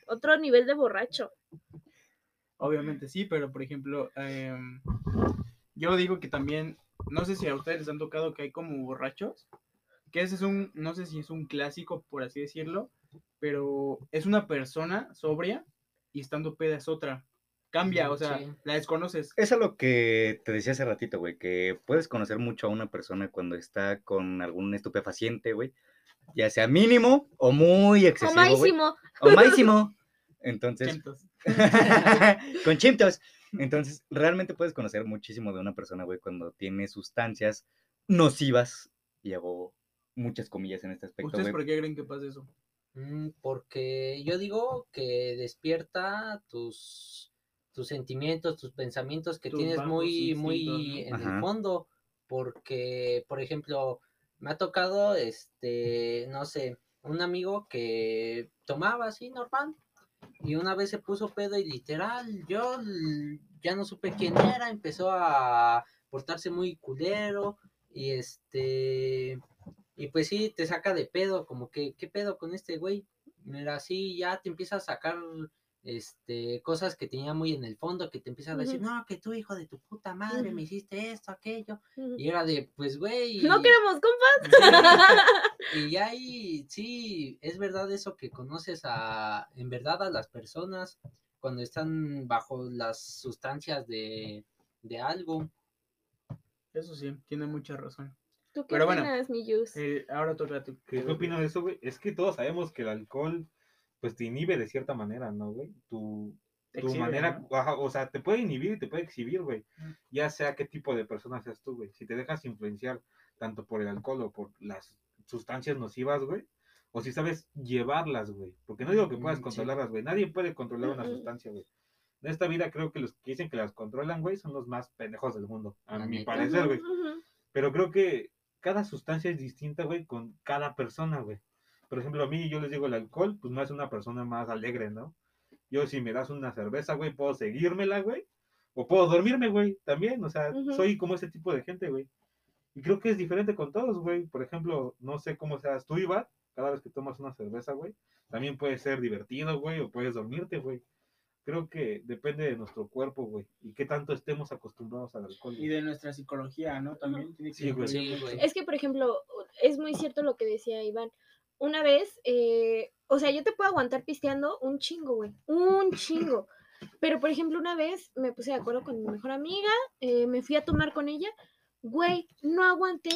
[SPEAKER 1] Otro nivel de borracho.
[SPEAKER 3] Obviamente sí, pero por ejemplo, em, yo digo que también, no sé si a ustedes les han tocado que hay como borrachos, que ese es un, no sé si es un clásico, por así decirlo, pero es una persona sobria y estando peda es otra. Cambia, o sea,
[SPEAKER 5] Sí.
[SPEAKER 3] la desconoces.
[SPEAKER 2] Es a lo que te decía hace ratito, güey, que puedes conocer mucho a una persona cuando está con algún estupefaciente, güey. Ya sea mínimo o muy
[SPEAKER 1] O
[SPEAKER 2] excesivo, güey.
[SPEAKER 1] máximo.
[SPEAKER 2] O máximo.
[SPEAKER 1] (laughs)
[SPEAKER 2] Entonces,
[SPEAKER 3] Entonces,
[SPEAKER 2] (laughs) con chimtos. Entonces, realmente puedes conocer muchísimo de una persona, güey, cuando tiene sustancias nocivas. Y hago muchas comillas en este aspecto,
[SPEAKER 3] ¿Ustedes
[SPEAKER 2] güey.
[SPEAKER 3] por qué creen que pasa eso?
[SPEAKER 5] Mm, Porque yo digo que despierta tus, tus sentimientos, tus pensamientos que
[SPEAKER 3] Tus
[SPEAKER 5] tienes
[SPEAKER 3] bajos
[SPEAKER 5] muy, muy
[SPEAKER 3] instintos,
[SPEAKER 5] en
[SPEAKER 2] ¿no?
[SPEAKER 5] el
[SPEAKER 2] Ajá.
[SPEAKER 5] fondo. Porque, por ejemplo, me ha tocado, este, no sé, un amigo que tomaba así normal y una vez se puso pedo y literal, yo l- ya no supe quién era, empezó a portarse muy culero y este... Y pues sí, te saca de pedo, como que, ¿qué pedo con este güey? Mira, sí, ya te empieza a sacar este, cosas que tenía muy en el fondo, que te empiezan a decir,
[SPEAKER 1] Ujú.
[SPEAKER 5] no, que tú, hijo de tu puta madre, me hiciste esto, aquello.
[SPEAKER 1] No
[SPEAKER 5] Y era de, pues, güey. y-
[SPEAKER 1] queremos
[SPEAKER 2] (laughs)
[SPEAKER 1] compas.
[SPEAKER 5] Y ahí, sí, es verdad eso que conoces a, en verdad a las personas cuando están bajo las sustancias de, de algo.
[SPEAKER 3] Eso sí, tiene mucha razón.
[SPEAKER 1] ¿Tú qué
[SPEAKER 3] Pero bueno,
[SPEAKER 1] opinas, mi Yus?
[SPEAKER 3] Eh, ahora toca tu...
[SPEAKER 4] ¿Qué, qué opinas de eso, güey? Es que todos sabemos que el alcohol, pues te inhibe de cierta manera, ¿no, güey? Tu,
[SPEAKER 3] Te
[SPEAKER 4] tu
[SPEAKER 3] exhibe,
[SPEAKER 4] manera,
[SPEAKER 3] ¿no?
[SPEAKER 4] ajá, o sea, te puede inhibir y te puede exhibir, güey.
[SPEAKER 3] Mm.
[SPEAKER 4] Ya sea qué tipo de persona seas tú, güey. Si te dejas influenciar tanto por el alcohol o por las sustancias nocivas, güey. O si sabes llevarlas, güey. Porque no digo que puedas
[SPEAKER 5] Mm, sí.
[SPEAKER 4] controlarlas, güey. Nadie puede controlar una
[SPEAKER 1] Mm, mm.
[SPEAKER 4] sustancia, güey. En esta vida creo que los que dicen que las controlan, güey, son los más pendejos del mundo. A
[SPEAKER 5] La
[SPEAKER 4] mi
[SPEAKER 5] neta.
[SPEAKER 4] parecer, güey.
[SPEAKER 1] Ujú, ujú.
[SPEAKER 4] Pero creo que cada sustancia es distinta, güey, con cada persona, güey. Por ejemplo, a mí yo les digo el alcohol, pues me hace una persona más alegre, ¿no? Yo si me das una cerveza, güey, puedo seguírmela, güey. O puedo dormirme, güey, también. O sea,
[SPEAKER 1] Ujú.
[SPEAKER 4] soy como ese tipo de gente, güey. Y creo que es diferente con todos, güey. Por ejemplo, no sé cómo seas tú, Iván, cada vez que tomas una cerveza, güey. También puede ser divertido, güey, o puedes dormirte, güey. Creo que depende de nuestro cuerpo, güey. Y qué tanto estemos acostumbrados al alcohol.
[SPEAKER 3] Y de nuestra psicología, ¿no? También tiene que
[SPEAKER 4] Sí, pues güey.
[SPEAKER 3] influir
[SPEAKER 5] Sí,
[SPEAKER 3] mucho.
[SPEAKER 5] güey.
[SPEAKER 1] Es que, por ejemplo, es muy cierto lo que decía Iván. Una vez, eh, o sea, yo te puedo aguantar pisteando un chingo, güey. Un chingo. Pero, por ejemplo, una vez me puse de acuerdo con mi mejor amiga, eh, me fui a tomar con ella. Güey, no aguanté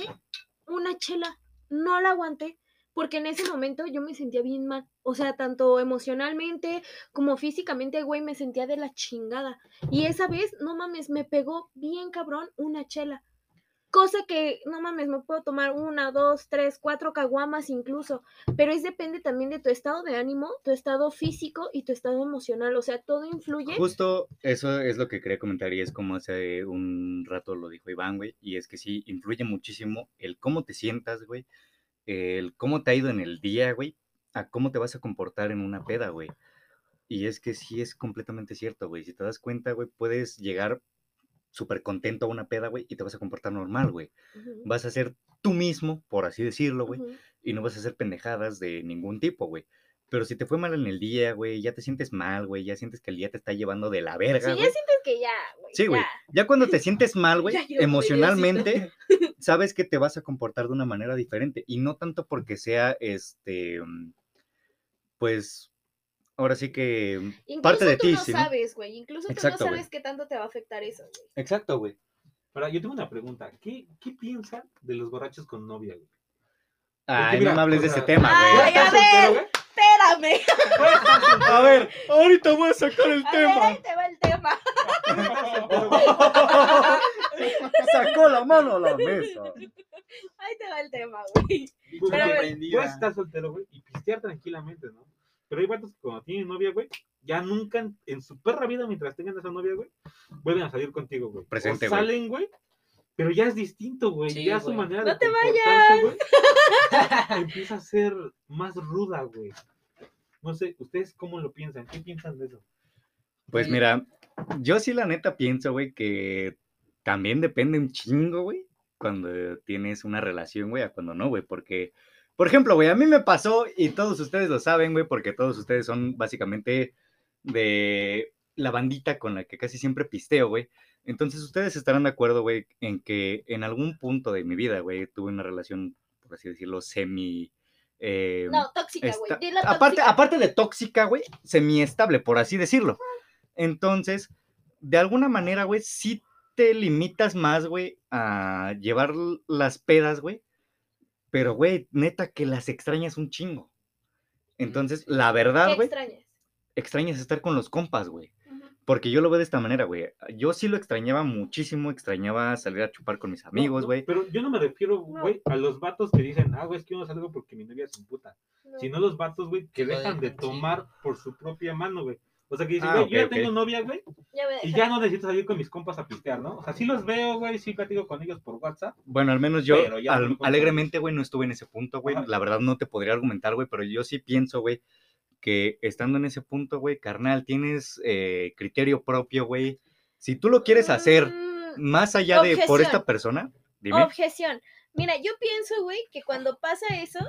[SPEAKER 1] una chela. No la aguanté. Porque en ese momento yo me sentía bien mal. O sea, tanto emocionalmente como físicamente, güey, me sentía de la chingada. Y esa vez, no mames, me pegó bien cabrón una chela. Cosa que, no mames, me puedo tomar una, dos, tres, cuatro caguamas incluso. Pero es depende también de tu estado de ánimo, tu estado físico y tu estado emocional. O sea, todo influye.
[SPEAKER 2] Justo eso es lo que quería comentar y es como hace un rato lo dijo Iván, güey, y es que sí, influye muchísimo el cómo te sientas, güey, el cómo te ha ido en el día, güey, a cómo te vas a comportar en una peda, güey. Y es que sí es completamente cierto, güey. Si te das cuenta, güey, puedes llegar súper contento a una peda, güey, y te vas a comportar normal, güey.
[SPEAKER 1] Ujú,
[SPEAKER 2] Vas a ser tú mismo, por así decirlo, güey
[SPEAKER 1] ujú.
[SPEAKER 2] y no vas a hacer pendejadas de ningún tipo, güey. Pero si te fue mal en el día, güey, ya te sientes mal, güey, ya sientes que el día te está llevando de la verga,
[SPEAKER 1] Sí, ya
[SPEAKER 2] güey.
[SPEAKER 1] sientes que ya, güey.
[SPEAKER 2] Sí, güey.
[SPEAKER 1] ya.
[SPEAKER 2] Ya cuando
[SPEAKER 1] (laughs)
[SPEAKER 2] te sientes mal, güey,
[SPEAKER 1] Ya lloró,
[SPEAKER 2] emocionalmente,
[SPEAKER 1] (laughs)
[SPEAKER 2] sabes que te vas a comportar de una manera diferente. Y no tanto porque sea, este, mm, pues, ahora sí que... mm, Parte
[SPEAKER 1] Incluso
[SPEAKER 2] de
[SPEAKER 1] tú
[SPEAKER 2] ti,
[SPEAKER 1] no
[SPEAKER 2] sí, ¿no?
[SPEAKER 1] sabes, güey. Incluso
[SPEAKER 2] Exacto,
[SPEAKER 1] tú no
[SPEAKER 2] güey.
[SPEAKER 1] sabes qué tanto te va a afectar eso, güey.
[SPEAKER 2] Exacto, güey.
[SPEAKER 4] Ahora, yo tengo una pregunta. ¿Qué, qué piensan de los borrachos con novia, güey?
[SPEAKER 2] Ay,
[SPEAKER 4] mira,
[SPEAKER 2] no me hables
[SPEAKER 4] o
[SPEAKER 2] de
[SPEAKER 4] sea-
[SPEAKER 2] ese tema,
[SPEAKER 1] Ay,
[SPEAKER 2] güey.
[SPEAKER 1] a
[SPEAKER 4] ¿Estás soltero, güey?
[SPEAKER 1] Espérame.
[SPEAKER 2] A ver, ahorita voy a sacar el
[SPEAKER 1] A ver, ahí te va el tema.
[SPEAKER 4] ¿Estás soltero, güey?
[SPEAKER 2] (laughs) Sacó la mano a la mesa.
[SPEAKER 1] Ahí te va el tema, güey.
[SPEAKER 4] Güey,
[SPEAKER 1] Pero,
[SPEAKER 4] porque
[SPEAKER 3] Sorprendida.
[SPEAKER 4] puedes estar soltero, güey, y pistear tranquilamente, ¿no? Pero hay vatos que cuando tienen novia, güey, ya nunca en, en su perra vida, mientras tengan esa novia, güey, vuelven a salir contigo, güey.
[SPEAKER 2] Presente,
[SPEAKER 4] O
[SPEAKER 2] güey.
[SPEAKER 4] salen, güey, pero ya es distinto, güey.
[SPEAKER 5] Sí,
[SPEAKER 4] ya su
[SPEAKER 5] güey.
[SPEAKER 4] manera
[SPEAKER 1] No te
[SPEAKER 4] comportarse, güey, empieza a ser más ruda, güey. No sé, ¿ustedes cómo lo piensan? ¿Qué piensan de eso?
[SPEAKER 2] Pues
[SPEAKER 5] Sí.
[SPEAKER 2] mira, yo sí la neta pienso, güey, que también depende un chingo, güey, cuando tienes una relación, güey, a cuando no, güey, porque, por ejemplo, güey, a mí me pasó y todos ustedes lo saben, güey, porque todos ustedes son básicamente de la bandita con la que casi siempre pisteo, güey. Entonces ustedes estarán de acuerdo, güey, en que en algún punto de mi vida, güey, tuve una relación, por así decirlo, semi... eh,
[SPEAKER 1] No, tóxica, güey.
[SPEAKER 2] Está-
[SPEAKER 1] Dilo
[SPEAKER 2] aparte,
[SPEAKER 1] tóxica.
[SPEAKER 2] aparte de tóxica, güey, semiestable, por así decirlo. Entonces, de alguna manera, güey, sí te limitas más, güey, a llevar l- las pedas, güey. Pero, güey, neta que las extrañas un chingo. Entonces, la
[SPEAKER 1] ¿Qué
[SPEAKER 2] verdad, güey,
[SPEAKER 1] extrañas?
[SPEAKER 2] extrañas estar con los compas, güey.
[SPEAKER 1] Ujú.
[SPEAKER 2] Porque yo lo veo de esta manera, güey. Yo sí lo extrañaba muchísimo, extrañaba salir a chupar con mis
[SPEAKER 4] No,
[SPEAKER 2] amigos,
[SPEAKER 4] no,
[SPEAKER 2] güey.
[SPEAKER 4] pero yo no me refiero, güey, a los vatos que dicen, ah, güey, es que yo no salgo porque mi novia es un puta.
[SPEAKER 1] No.
[SPEAKER 4] sino los vatos, güey, que
[SPEAKER 5] Lo
[SPEAKER 4] dejan de
[SPEAKER 5] dejan, sí.
[SPEAKER 4] tomar por su propia mano, güey. O sea, que dicen,
[SPEAKER 2] Ah,
[SPEAKER 4] güey,
[SPEAKER 2] ok,
[SPEAKER 4] yo ya
[SPEAKER 2] ok.
[SPEAKER 4] tengo novia, güey,
[SPEAKER 1] Ya me
[SPEAKER 4] y ya no necesito salir con mis compas a pistear, ¿no? O sea, sí los veo, güey, sí platico con ellos por WhatsApp.
[SPEAKER 2] Bueno, al menos yo
[SPEAKER 4] Pero ya no
[SPEAKER 2] al-
[SPEAKER 4] lo contra-
[SPEAKER 2] alegremente, güey, no estuve en ese punto, güey.
[SPEAKER 4] Ajá.
[SPEAKER 2] La verdad no te podría argumentar, güey, pero yo sí pienso, güey, que estando en ese punto, güey, carnal, tienes eh, criterio propio, güey. Si tú lo quieres hacer
[SPEAKER 1] Mm,
[SPEAKER 2] más allá de por
[SPEAKER 1] objeción.
[SPEAKER 2] esta persona, dime.
[SPEAKER 1] Objeción. Mira, yo pienso, güey, que cuando pasa eso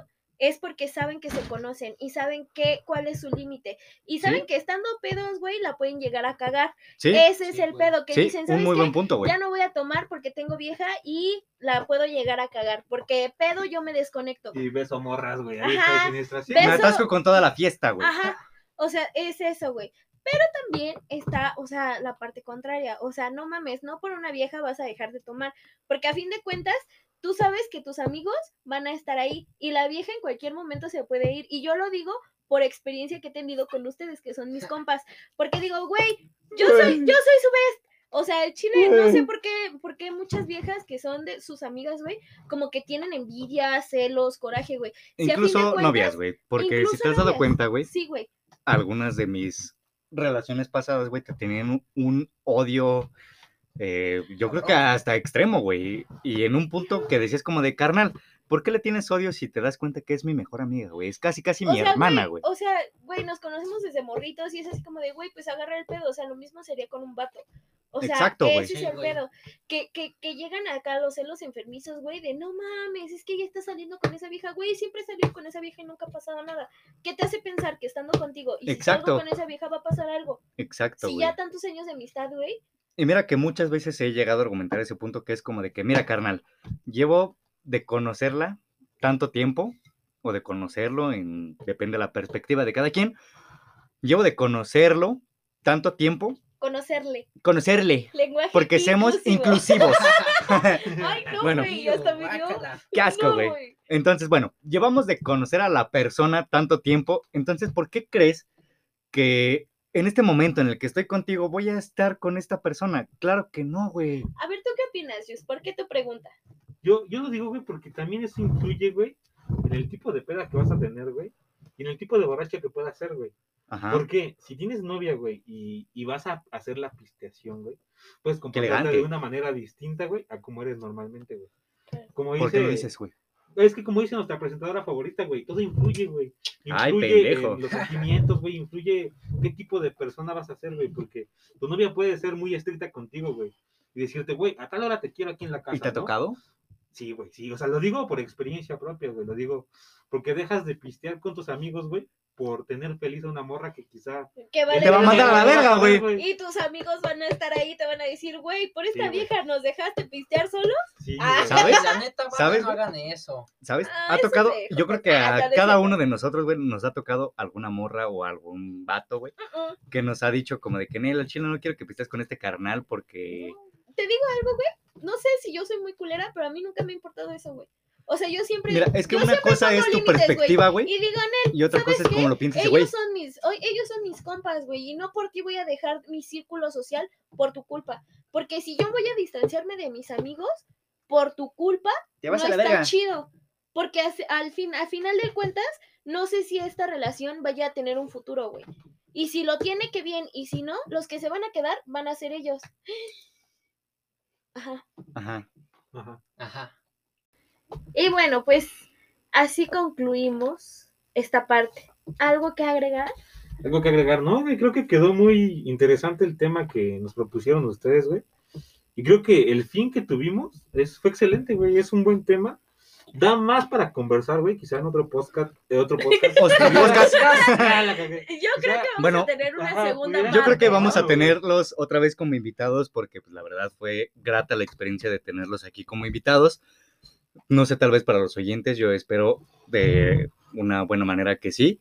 [SPEAKER 1] es porque saben que se conocen y saben que, cuál es su límite. Y saben
[SPEAKER 2] Sí.
[SPEAKER 1] que estando pedos, güey, la pueden llegar a cagar.
[SPEAKER 2] sí,
[SPEAKER 1] Ese es
[SPEAKER 5] Sí,
[SPEAKER 1] el
[SPEAKER 5] güey.
[SPEAKER 1] pedo que
[SPEAKER 2] sí,
[SPEAKER 1] dicen,
[SPEAKER 2] un
[SPEAKER 1] ¿sabes
[SPEAKER 2] muy
[SPEAKER 1] qué?
[SPEAKER 2] buen punto, güey.
[SPEAKER 1] ya no voy a tomar porque tengo vieja y la puedo llegar a cagar. Porque pedo yo me desconecto.
[SPEAKER 4] Y beso morras, güey, ahí
[SPEAKER 1] Ajá,
[SPEAKER 4] está siniestra.
[SPEAKER 2] Me
[SPEAKER 4] Sí, (laughs)
[SPEAKER 1] beso-
[SPEAKER 2] atasco con toda la fiesta, güey.
[SPEAKER 1] Ajá. O sea, es eso, güey. Pero también está, o sea, la parte contraria. O sea, no mames, no por una vieja vas a dejar de tomar. Porque a fin de cuentas, tú sabes que tus amigos van a estar ahí y la vieja en cualquier momento se puede ir. Y yo lo digo por experiencia que he tenido con ustedes, que son mis compas. Porque digo, güey, yo soy, yo soy su best. O sea, el chile, no sé por qué, por qué muchas viejas que son de sus amigas, güey, como que tienen envidia, celos, coraje, güey. si a fin de
[SPEAKER 2] Incluso
[SPEAKER 1] cuentas-
[SPEAKER 2] novias, güey. Porque si
[SPEAKER 1] incluso
[SPEAKER 2] te has dado
[SPEAKER 1] novias.
[SPEAKER 2] cuenta, güey,
[SPEAKER 1] Sí, güey.
[SPEAKER 2] algunas de mis relaciones pasadas, güey, te tenían un, un odio, eh, yo creo que hasta extremo, güey. Y en un punto que decías como de carnal, ¿por qué le tienes odio si te das cuenta que es mi mejor amiga, güey? Es casi, casi
[SPEAKER 1] O
[SPEAKER 2] mi
[SPEAKER 1] sea,
[SPEAKER 2] hermana, güey.
[SPEAKER 1] O sea, güey, nos conocemos desde morritos y es así como de, güey, pues agarra el pedo. O sea, lo mismo sería con un vato. O sea,
[SPEAKER 2] Exacto, güey.
[SPEAKER 1] ese es
[SPEAKER 5] Sí,
[SPEAKER 1] el
[SPEAKER 5] güey.
[SPEAKER 1] pedo. Que, que, que llegan acá los celos enfermizos, güey, de no mames, es que ya está saliendo con esa vieja, güey, siempre he salido con esa vieja y nunca ha pasado nada. ¿Qué te hace pensar que estando contigo y si
[SPEAKER 2] Exacto.
[SPEAKER 1] salgo con esa vieja va a pasar algo?
[SPEAKER 2] Exacto,
[SPEAKER 1] si
[SPEAKER 2] güey.
[SPEAKER 1] ya tantos años de amistad, güey,
[SPEAKER 2] Y mira que muchas veces he llegado a argumentar ese punto que es como de que, mira, carnal, llevo de conocerla tanto tiempo, o de conocerlo, en, depende de la perspectiva de cada quien, llevo de conocerlo tanto tiempo,
[SPEAKER 1] conocerle, (laughs)
[SPEAKER 2] conocerle,
[SPEAKER 1] lenguaje.
[SPEAKER 2] Porque seamos
[SPEAKER 1] inclusivo.
[SPEAKER 2] inclusivos.
[SPEAKER 1] (laughs)
[SPEAKER 2] (laughs)
[SPEAKER 1] Ay, no,
[SPEAKER 2] Bueno.
[SPEAKER 1] güey, hasta me dio-
[SPEAKER 5] Guácala.
[SPEAKER 2] Qué asco,
[SPEAKER 1] No,
[SPEAKER 2] güey. Entonces, bueno, llevamos de conocer a la persona tanto tiempo. Entonces, ¿por qué crees que en este momento en el que estoy contigo voy a estar con esta persona? Claro que no, güey.
[SPEAKER 1] A ver, ¿tú qué opinas, Jus? ¿Por qué tu pregunta?
[SPEAKER 4] Yo, yo lo digo, güey, porque también eso influye, güey, en el tipo de peda que vas a tener, güey, y en el tipo de borracha que puedas ser, güey.
[SPEAKER 2] Ajá.
[SPEAKER 4] Porque si tienes novia, güey, y, y vas a hacer la pisteación, güey, puedes comportarte de
[SPEAKER 2] elegante.
[SPEAKER 4] una manera distinta, güey, a como eres normalmente, güey.
[SPEAKER 1] Claro.
[SPEAKER 4] Como
[SPEAKER 2] ¿Por qué lo dices, güey?
[SPEAKER 4] Es que como dice nuestra presentadora favorita, güey, todo influye, güey.
[SPEAKER 2] Ay,
[SPEAKER 4] Influye
[SPEAKER 2] pendejo.
[SPEAKER 4] en los sentimientos, güey, influye qué tipo de persona vas a ser, güey, porque tu novia puede ser muy estricta contigo, güey, y decirte, güey, a tal hora te quiero aquí en la casa.
[SPEAKER 2] ¿Y te ha
[SPEAKER 4] ¿no?
[SPEAKER 2] tocado?
[SPEAKER 4] Sí, güey, sí, o sea, lo digo por experiencia propia, güey, lo digo porque dejas de pistear con tus amigos, güey, por tener feliz a una morra que quizá...
[SPEAKER 1] ¿Qué vale
[SPEAKER 2] Te va a
[SPEAKER 1] verga,
[SPEAKER 2] mandar a la
[SPEAKER 1] güey?
[SPEAKER 2] verga, güey.
[SPEAKER 1] Y tus amigos van a estar ahí, te van a decir, güey, por esta
[SPEAKER 4] Sí, güey.
[SPEAKER 1] vieja nos dejaste pistear solo.
[SPEAKER 4] Sí,
[SPEAKER 1] Ah,
[SPEAKER 4] güey.
[SPEAKER 2] ¿Sabes?
[SPEAKER 5] La neta, banda,
[SPEAKER 2] ¿Sabes,
[SPEAKER 5] no
[SPEAKER 2] güey?
[SPEAKER 5] hagan eso.
[SPEAKER 2] ¿Sabes?
[SPEAKER 1] Ah,
[SPEAKER 2] ha
[SPEAKER 1] eso
[SPEAKER 2] tocado,
[SPEAKER 1] te
[SPEAKER 2] yo creo que
[SPEAKER 1] Ah, ya
[SPEAKER 2] a
[SPEAKER 1] lo
[SPEAKER 2] cada
[SPEAKER 1] siento.
[SPEAKER 2] uno de nosotros, güey, nos ha tocado alguna morra o algún vato, güey,
[SPEAKER 1] Uh-uh.
[SPEAKER 2] que nos ha dicho como de que, Nel, al chile no quiero que pistes con este carnal porque...
[SPEAKER 1] Te digo algo, güey. No sé si yo soy muy culera, pero a mí nunca me ha importado eso, güey. O sea, yo siempre.
[SPEAKER 2] Mira, es que
[SPEAKER 1] yo
[SPEAKER 2] una
[SPEAKER 1] siempre
[SPEAKER 2] cosa
[SPEAKER 1] pongo
[SPEAKER 2] es tu
[SPEAKER 1] límites, güey.
[SPEAKER 2] perspectiva, güey,
[SPEAKER 1] Y digo,
[SPEAKER 2] y otra cosa es
[SPEAKER 1] ¿sabes
[SPEAKER 2] como
[SPEAKER 1] qué?
[SPEAKER 2] lo piensas, ese güey.
[SPEAKER 1] ellos son mis, hoy ellos son mis compas, güey, y no por ti voy a dejar mi círculo social por tu culpa. Porque si yo voy a distanciarme de mis amigos, por tu culpa,
[SPEAKER 2] Te vas
[SPEAKER 1] no
[SPEAKER 2] a la
[SPEAKER 1] está
[SPEAKER 2] verga.
[SPEAKER 1] chido. Porque as- al, fin, al final de cuentas, no sé si esta relación vaya a tener un futuro, güey. Y si lo tiene, que bien. Y si no, los que se van a quedar van a ser ellos. Ajá.
[SPEAKER 2] Ajá.
[SPEAKER 4] Ajá.
[SPEAKER 5] Ajá.
[SPEAKER 1] Y bueno, pues así concluimos esta parte. ¿Algo que agregar?
[SPEAKER 4] Algo que agregar, ¿no? güey? creo que quedó muy interesante el tema que nos propusieron ustedes, güey. Y creo que el fin que tuvimos es, fue excelente, güey. Es un buen tema. Da más para conversar, güey. Quizá en otro podcast. eh, otro
[SPEAKER 2] (laughs)
[SPEAKER 4] podcast.
[SPEAKER 2] Os- podcast.
[SPEAKER 4] Ah, la cagué.
[SPEAKER 1] Yo
[SPEAKER 4] O creo sea, que
[SPEAKER 2] vamos bueno, a
[SPEAKER 1] tener
[SPEAKER 4] una ajá, segunda pudiera-
[SPEAKER 2] Yo creo que
[SPEAKER 4] Mame,
[SPEAKER 2] vamos a
[SPEAKER 4] mame, güey.
[SPEAKER 2] tenerlos otra vez como invitados porque pues, la verdad fue grata la experiencia de tenerlos aquí como invitados. No sé, tal vez para los oyentes, yo espero de una buena manera que sí,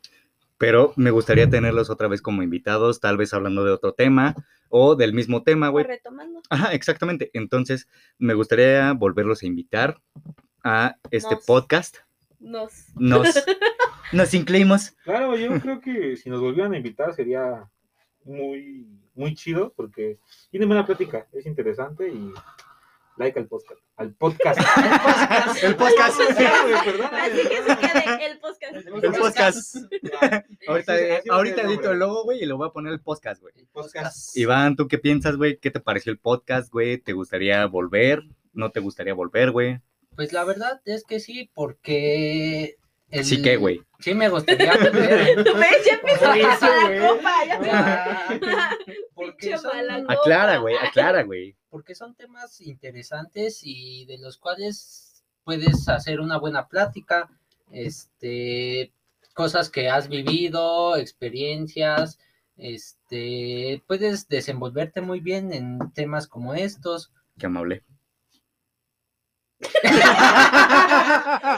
[SPEAKER 2] pero me gustaría tenerlos otra vez como invitados, tal vez hablando de otro tema o del mismo tema, güey.
[SPEAKER 1] retomando.
[SPEAKER 2] Ajá, exactamente. Entonces, me gustaría volverlos a invitar a este
[SPEAKER 1] Nos.
[SPEAKER 2] podcast.
[SPEAKER 1] Nos. (laughs)
[SPEAKER 2] Nos, nos incluimos.
[SPEAKER 4] Claro, yo creo que si nos volvieran a invitar sería muy, muy chido porque tiene buena plática, es interesante y like al podcast. Al podcast.
[SPEAKER 2] El podcast.
[SPEAKER 1] (laughs)
[SPEAKER 4] Ya, güey, perdóname,
[SPEAKER 1] Así que se quede el podcast.
[SPEAKER 5] Pues
[SPEAKER 2] El podcast.
[SPEAKER 4] Ya,
[SPEAKER 2] (laughs) Ahorita,
[SPEAKER 4] así- así va a
[SPEAKER 2] ahorita
[SPEAKER 4] ser el
[SPEAKER 2] edito el
[SPEAKER 4] nombre.
[SPEAKER 2] logo, güey, y lo voy a poner el podcast, güey.
[SPEAKER 5] El
[SPEAKER 4] podcast.
[SPEAKER 2] Iván, ¿tú qué piensas, güey? ¿Qué te pareció el podcast, güey? ¿Te gustaría volver? ¿No te gustaría volver, güey?
[SPEAKER 5] Pues la verdad es que sí, porque... el-
[SPEAKER 2] Sí que, güey.
[SPEAKER 5] Sí me gustaría
[SPEAKER 2] (laughs)
[SPEAKER 5] volver.
[SPEAKER 1] ¿Ves? Ya empiezo a
[SPEAKER 4] Eso,
[SPEAKER 1] pasar
[SPEAKER 4] güey.
[SPEAKER 1] la copa. Ya me
[SPEAKER 5] porque,
[SPEAKER 1] Pinche mala
[SPEAKER 5] son,
[SPEAKER 1] copa.
[SPEAKER 2] Aclara, güey, aclara, güey.
[SPEAKER 5] porque son temas interesantes y de los cuales puedes hacer una buena plática, este, cosas que has vivido, experiencias, este, puedes desenvolverte muy bien en temas como estos.
[SPEAKER 2] Qué amable.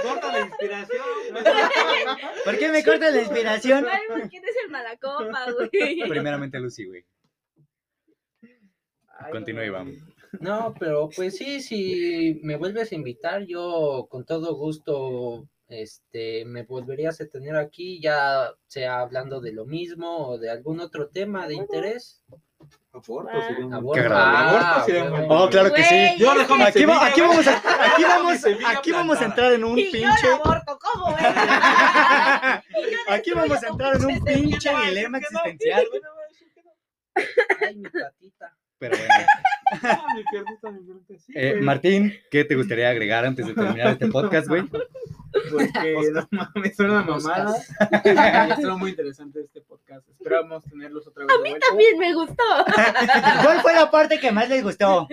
[SPEAKER 4] Corta la inspiración.
[SPEAKER 2] ¿Por qué me corta la inspiración?
[SPEAKER 1] Ay, ¿por quién es el malacopa, güey?
[SPEAKER 2] (laughs) Primeramente, Lucy, güey. Continúa, Iván.
[SPEAKER 5] No, pero pues sí, si me vuelves a invitar, yo con todo gusto, este, me volverías a tener aquí, ya sea hablando de lo mismo o de algún otro tema de interés.
[SPEAKER 4] Aborto sería
[SPEAKER 1] Ah.
[SPEAKER 4] un-
[SPEAKER 5] Aborto.
[SPEAKER 2] agradable.
[SPEAKER 4] Aborto sería un
[SPEAKER 5] Ah,
[SPEAKER 4] buen-
[SPEAKER 5] huevo.
[SPEAKER 2] Oh, claro que sí.
[SPEAKER 1] Güey,
[SPEAKER 4] Yo dejo mi
[SPEAKER 2] Aquí, va-
[SPEAKER 4] semilla,
[SPEAKER 2] aquí
[SPEAKER 4] güey.
[SPEAKER 2] vamos a, (laughs) aquí vamos,
[SPEAKER 4] Semilla
[SPEAKER 2] aquí vamos a
[SPEAKER 4] plantada.
[SPEAKER 2] entrar en un
[SPEAKER 1] Y yo la
[SPEAKER 2] pinche.
[SPEAKER 1] aborto, ¿cómo ves? Y yo
[SPEAKER 2] (laughs) Aquí vamos
[SPEAKER 1] destruyo
[SPEAKER 2] a
[SPEAKER 1] tu
[SPEAKER 2] entrar en un
[SPEAKER 1] semilla.
[SPEAKER 2] pinche dilema existencial, güey.
[SPEAKER 5] Ay, mi patita.
[SPEAKER 2] Pero bueno.
[SPEAKER 4] Ah, mi piernita, mi piernita, sí,
[SPEAKER 2] Eh,
[SPEAKER 4] güey.
[SPEAKER 2] Martín, ¿qué te gustaría agregar antes de terminar este podcast, güey?
[SPEAKER 3] Porque no mames, son una mamada. (laughs)
[SPEAKER 5] Podcast.
[SPEAKER 3] Estuvo muy interesante este podcast. Esperamos tenerlos otra vez. de vuelta.
[SPEAKER 1] También me gustó.
[SPEAKER 2] (laughs) ¿Cuál fue la parte que más les gustó?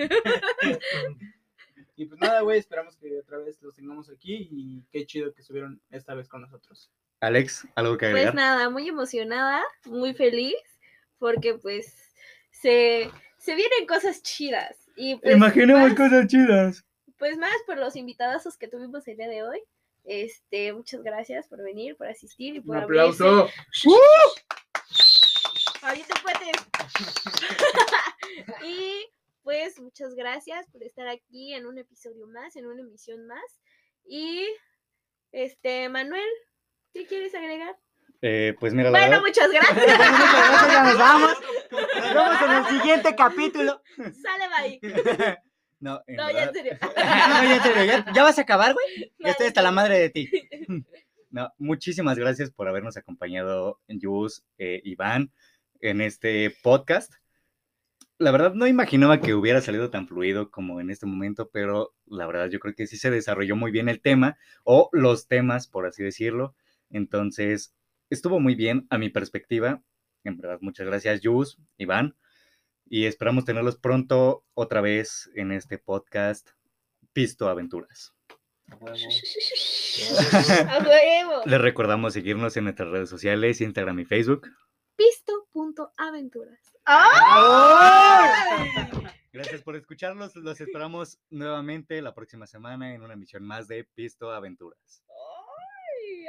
[SPEAKER 3] Y pues nada, güey, esperamos que otra vez los tengamos aquí y qué chido que estuvieron esta vez con nosotros.
[SPEAKER 2] Alex, ¿algo que
[SPEAKER 1] Pues
[SPEAKER 2] agregar?
[SPEAKER 1] nada, muy emocionada, muy feliz, porque pues se, se vienen cosas chidas. Y pues,
[SPEAKER 2] Imaginemos
[SPEAKER 1] más-
[SPEAKER 2] cosas chidas.
[SPEAKER 1] pues más por los invitados que tuvimos el día de hoy. Este, muchas gracias por venir, por asistir y por abrirse. Ahorita puedes. (laughs) y pues muchas gracias por estar aquí en un episodio más, en una emisión más. Y este, Manuel, ¿qué quieres agregar?
[SPEAKER 2] Eh, pues mira, la
[SPEAKER 1] Bueno, pues,
[SPEAKER 2] verdad.
[SPEAKER 1] muchas gracias.
[SPEAKER 2] ya
[SPEAKER 1] (laughs)
[SPEAKER 2] nos vamos. Nos vemos en el siguiente capítulo.
[SPEAKER 1] Sale bye.
[SPEAKER 2] (laughs) No, en
[SPEAKER 1] No, ya en
[SPEAKER 2] verdad-
[SPEAKER 1] serio.
[SPEAKER 2] No, ya en serio, ya- ya vas a acabar, güey. Ya
[SPEAKER 1] No,
[SPEAKER 2] estoy
[SPEAKER 1] ya
[SPEAKER 2] hasta la
[SPEAKER 1] sé.
[SPEAKER 2] madre de
[SPEAKER 1] (laughs)
[SPEAKER 2] ti. No, muchísimas gracias por habernos acompañado, Jules, eh, Iván, en este podcast. La verdad, no imaginaba que hubiera salido tan fluido como en este momento, pero la verdad, yo creo que sí se desarrolló muy bien el tema, o los temas, por así decirlo. Entonces, estuvo muy bien a mi perspectiva. En verdad, muchas gracias, Jules, Iván. Y esperamos tenerlos pronto otra vez en este podcast, Pisto Aventuras.
[SPEAKER 1] (laughs) A huevo.
[SPEAKER 2] Les recordamos seguirnos en nuestras redes sociales, Instagram y Facebook.
[SPEAKER 1] Pisto.aventuras. ¡Ah!
[SPEAKER 2] Gracias por escucharlos. Los esperamos nuevamente la próxima semana en una emisión más de Pisto Aventuras.
[SPEAKER 1] ¡Ay!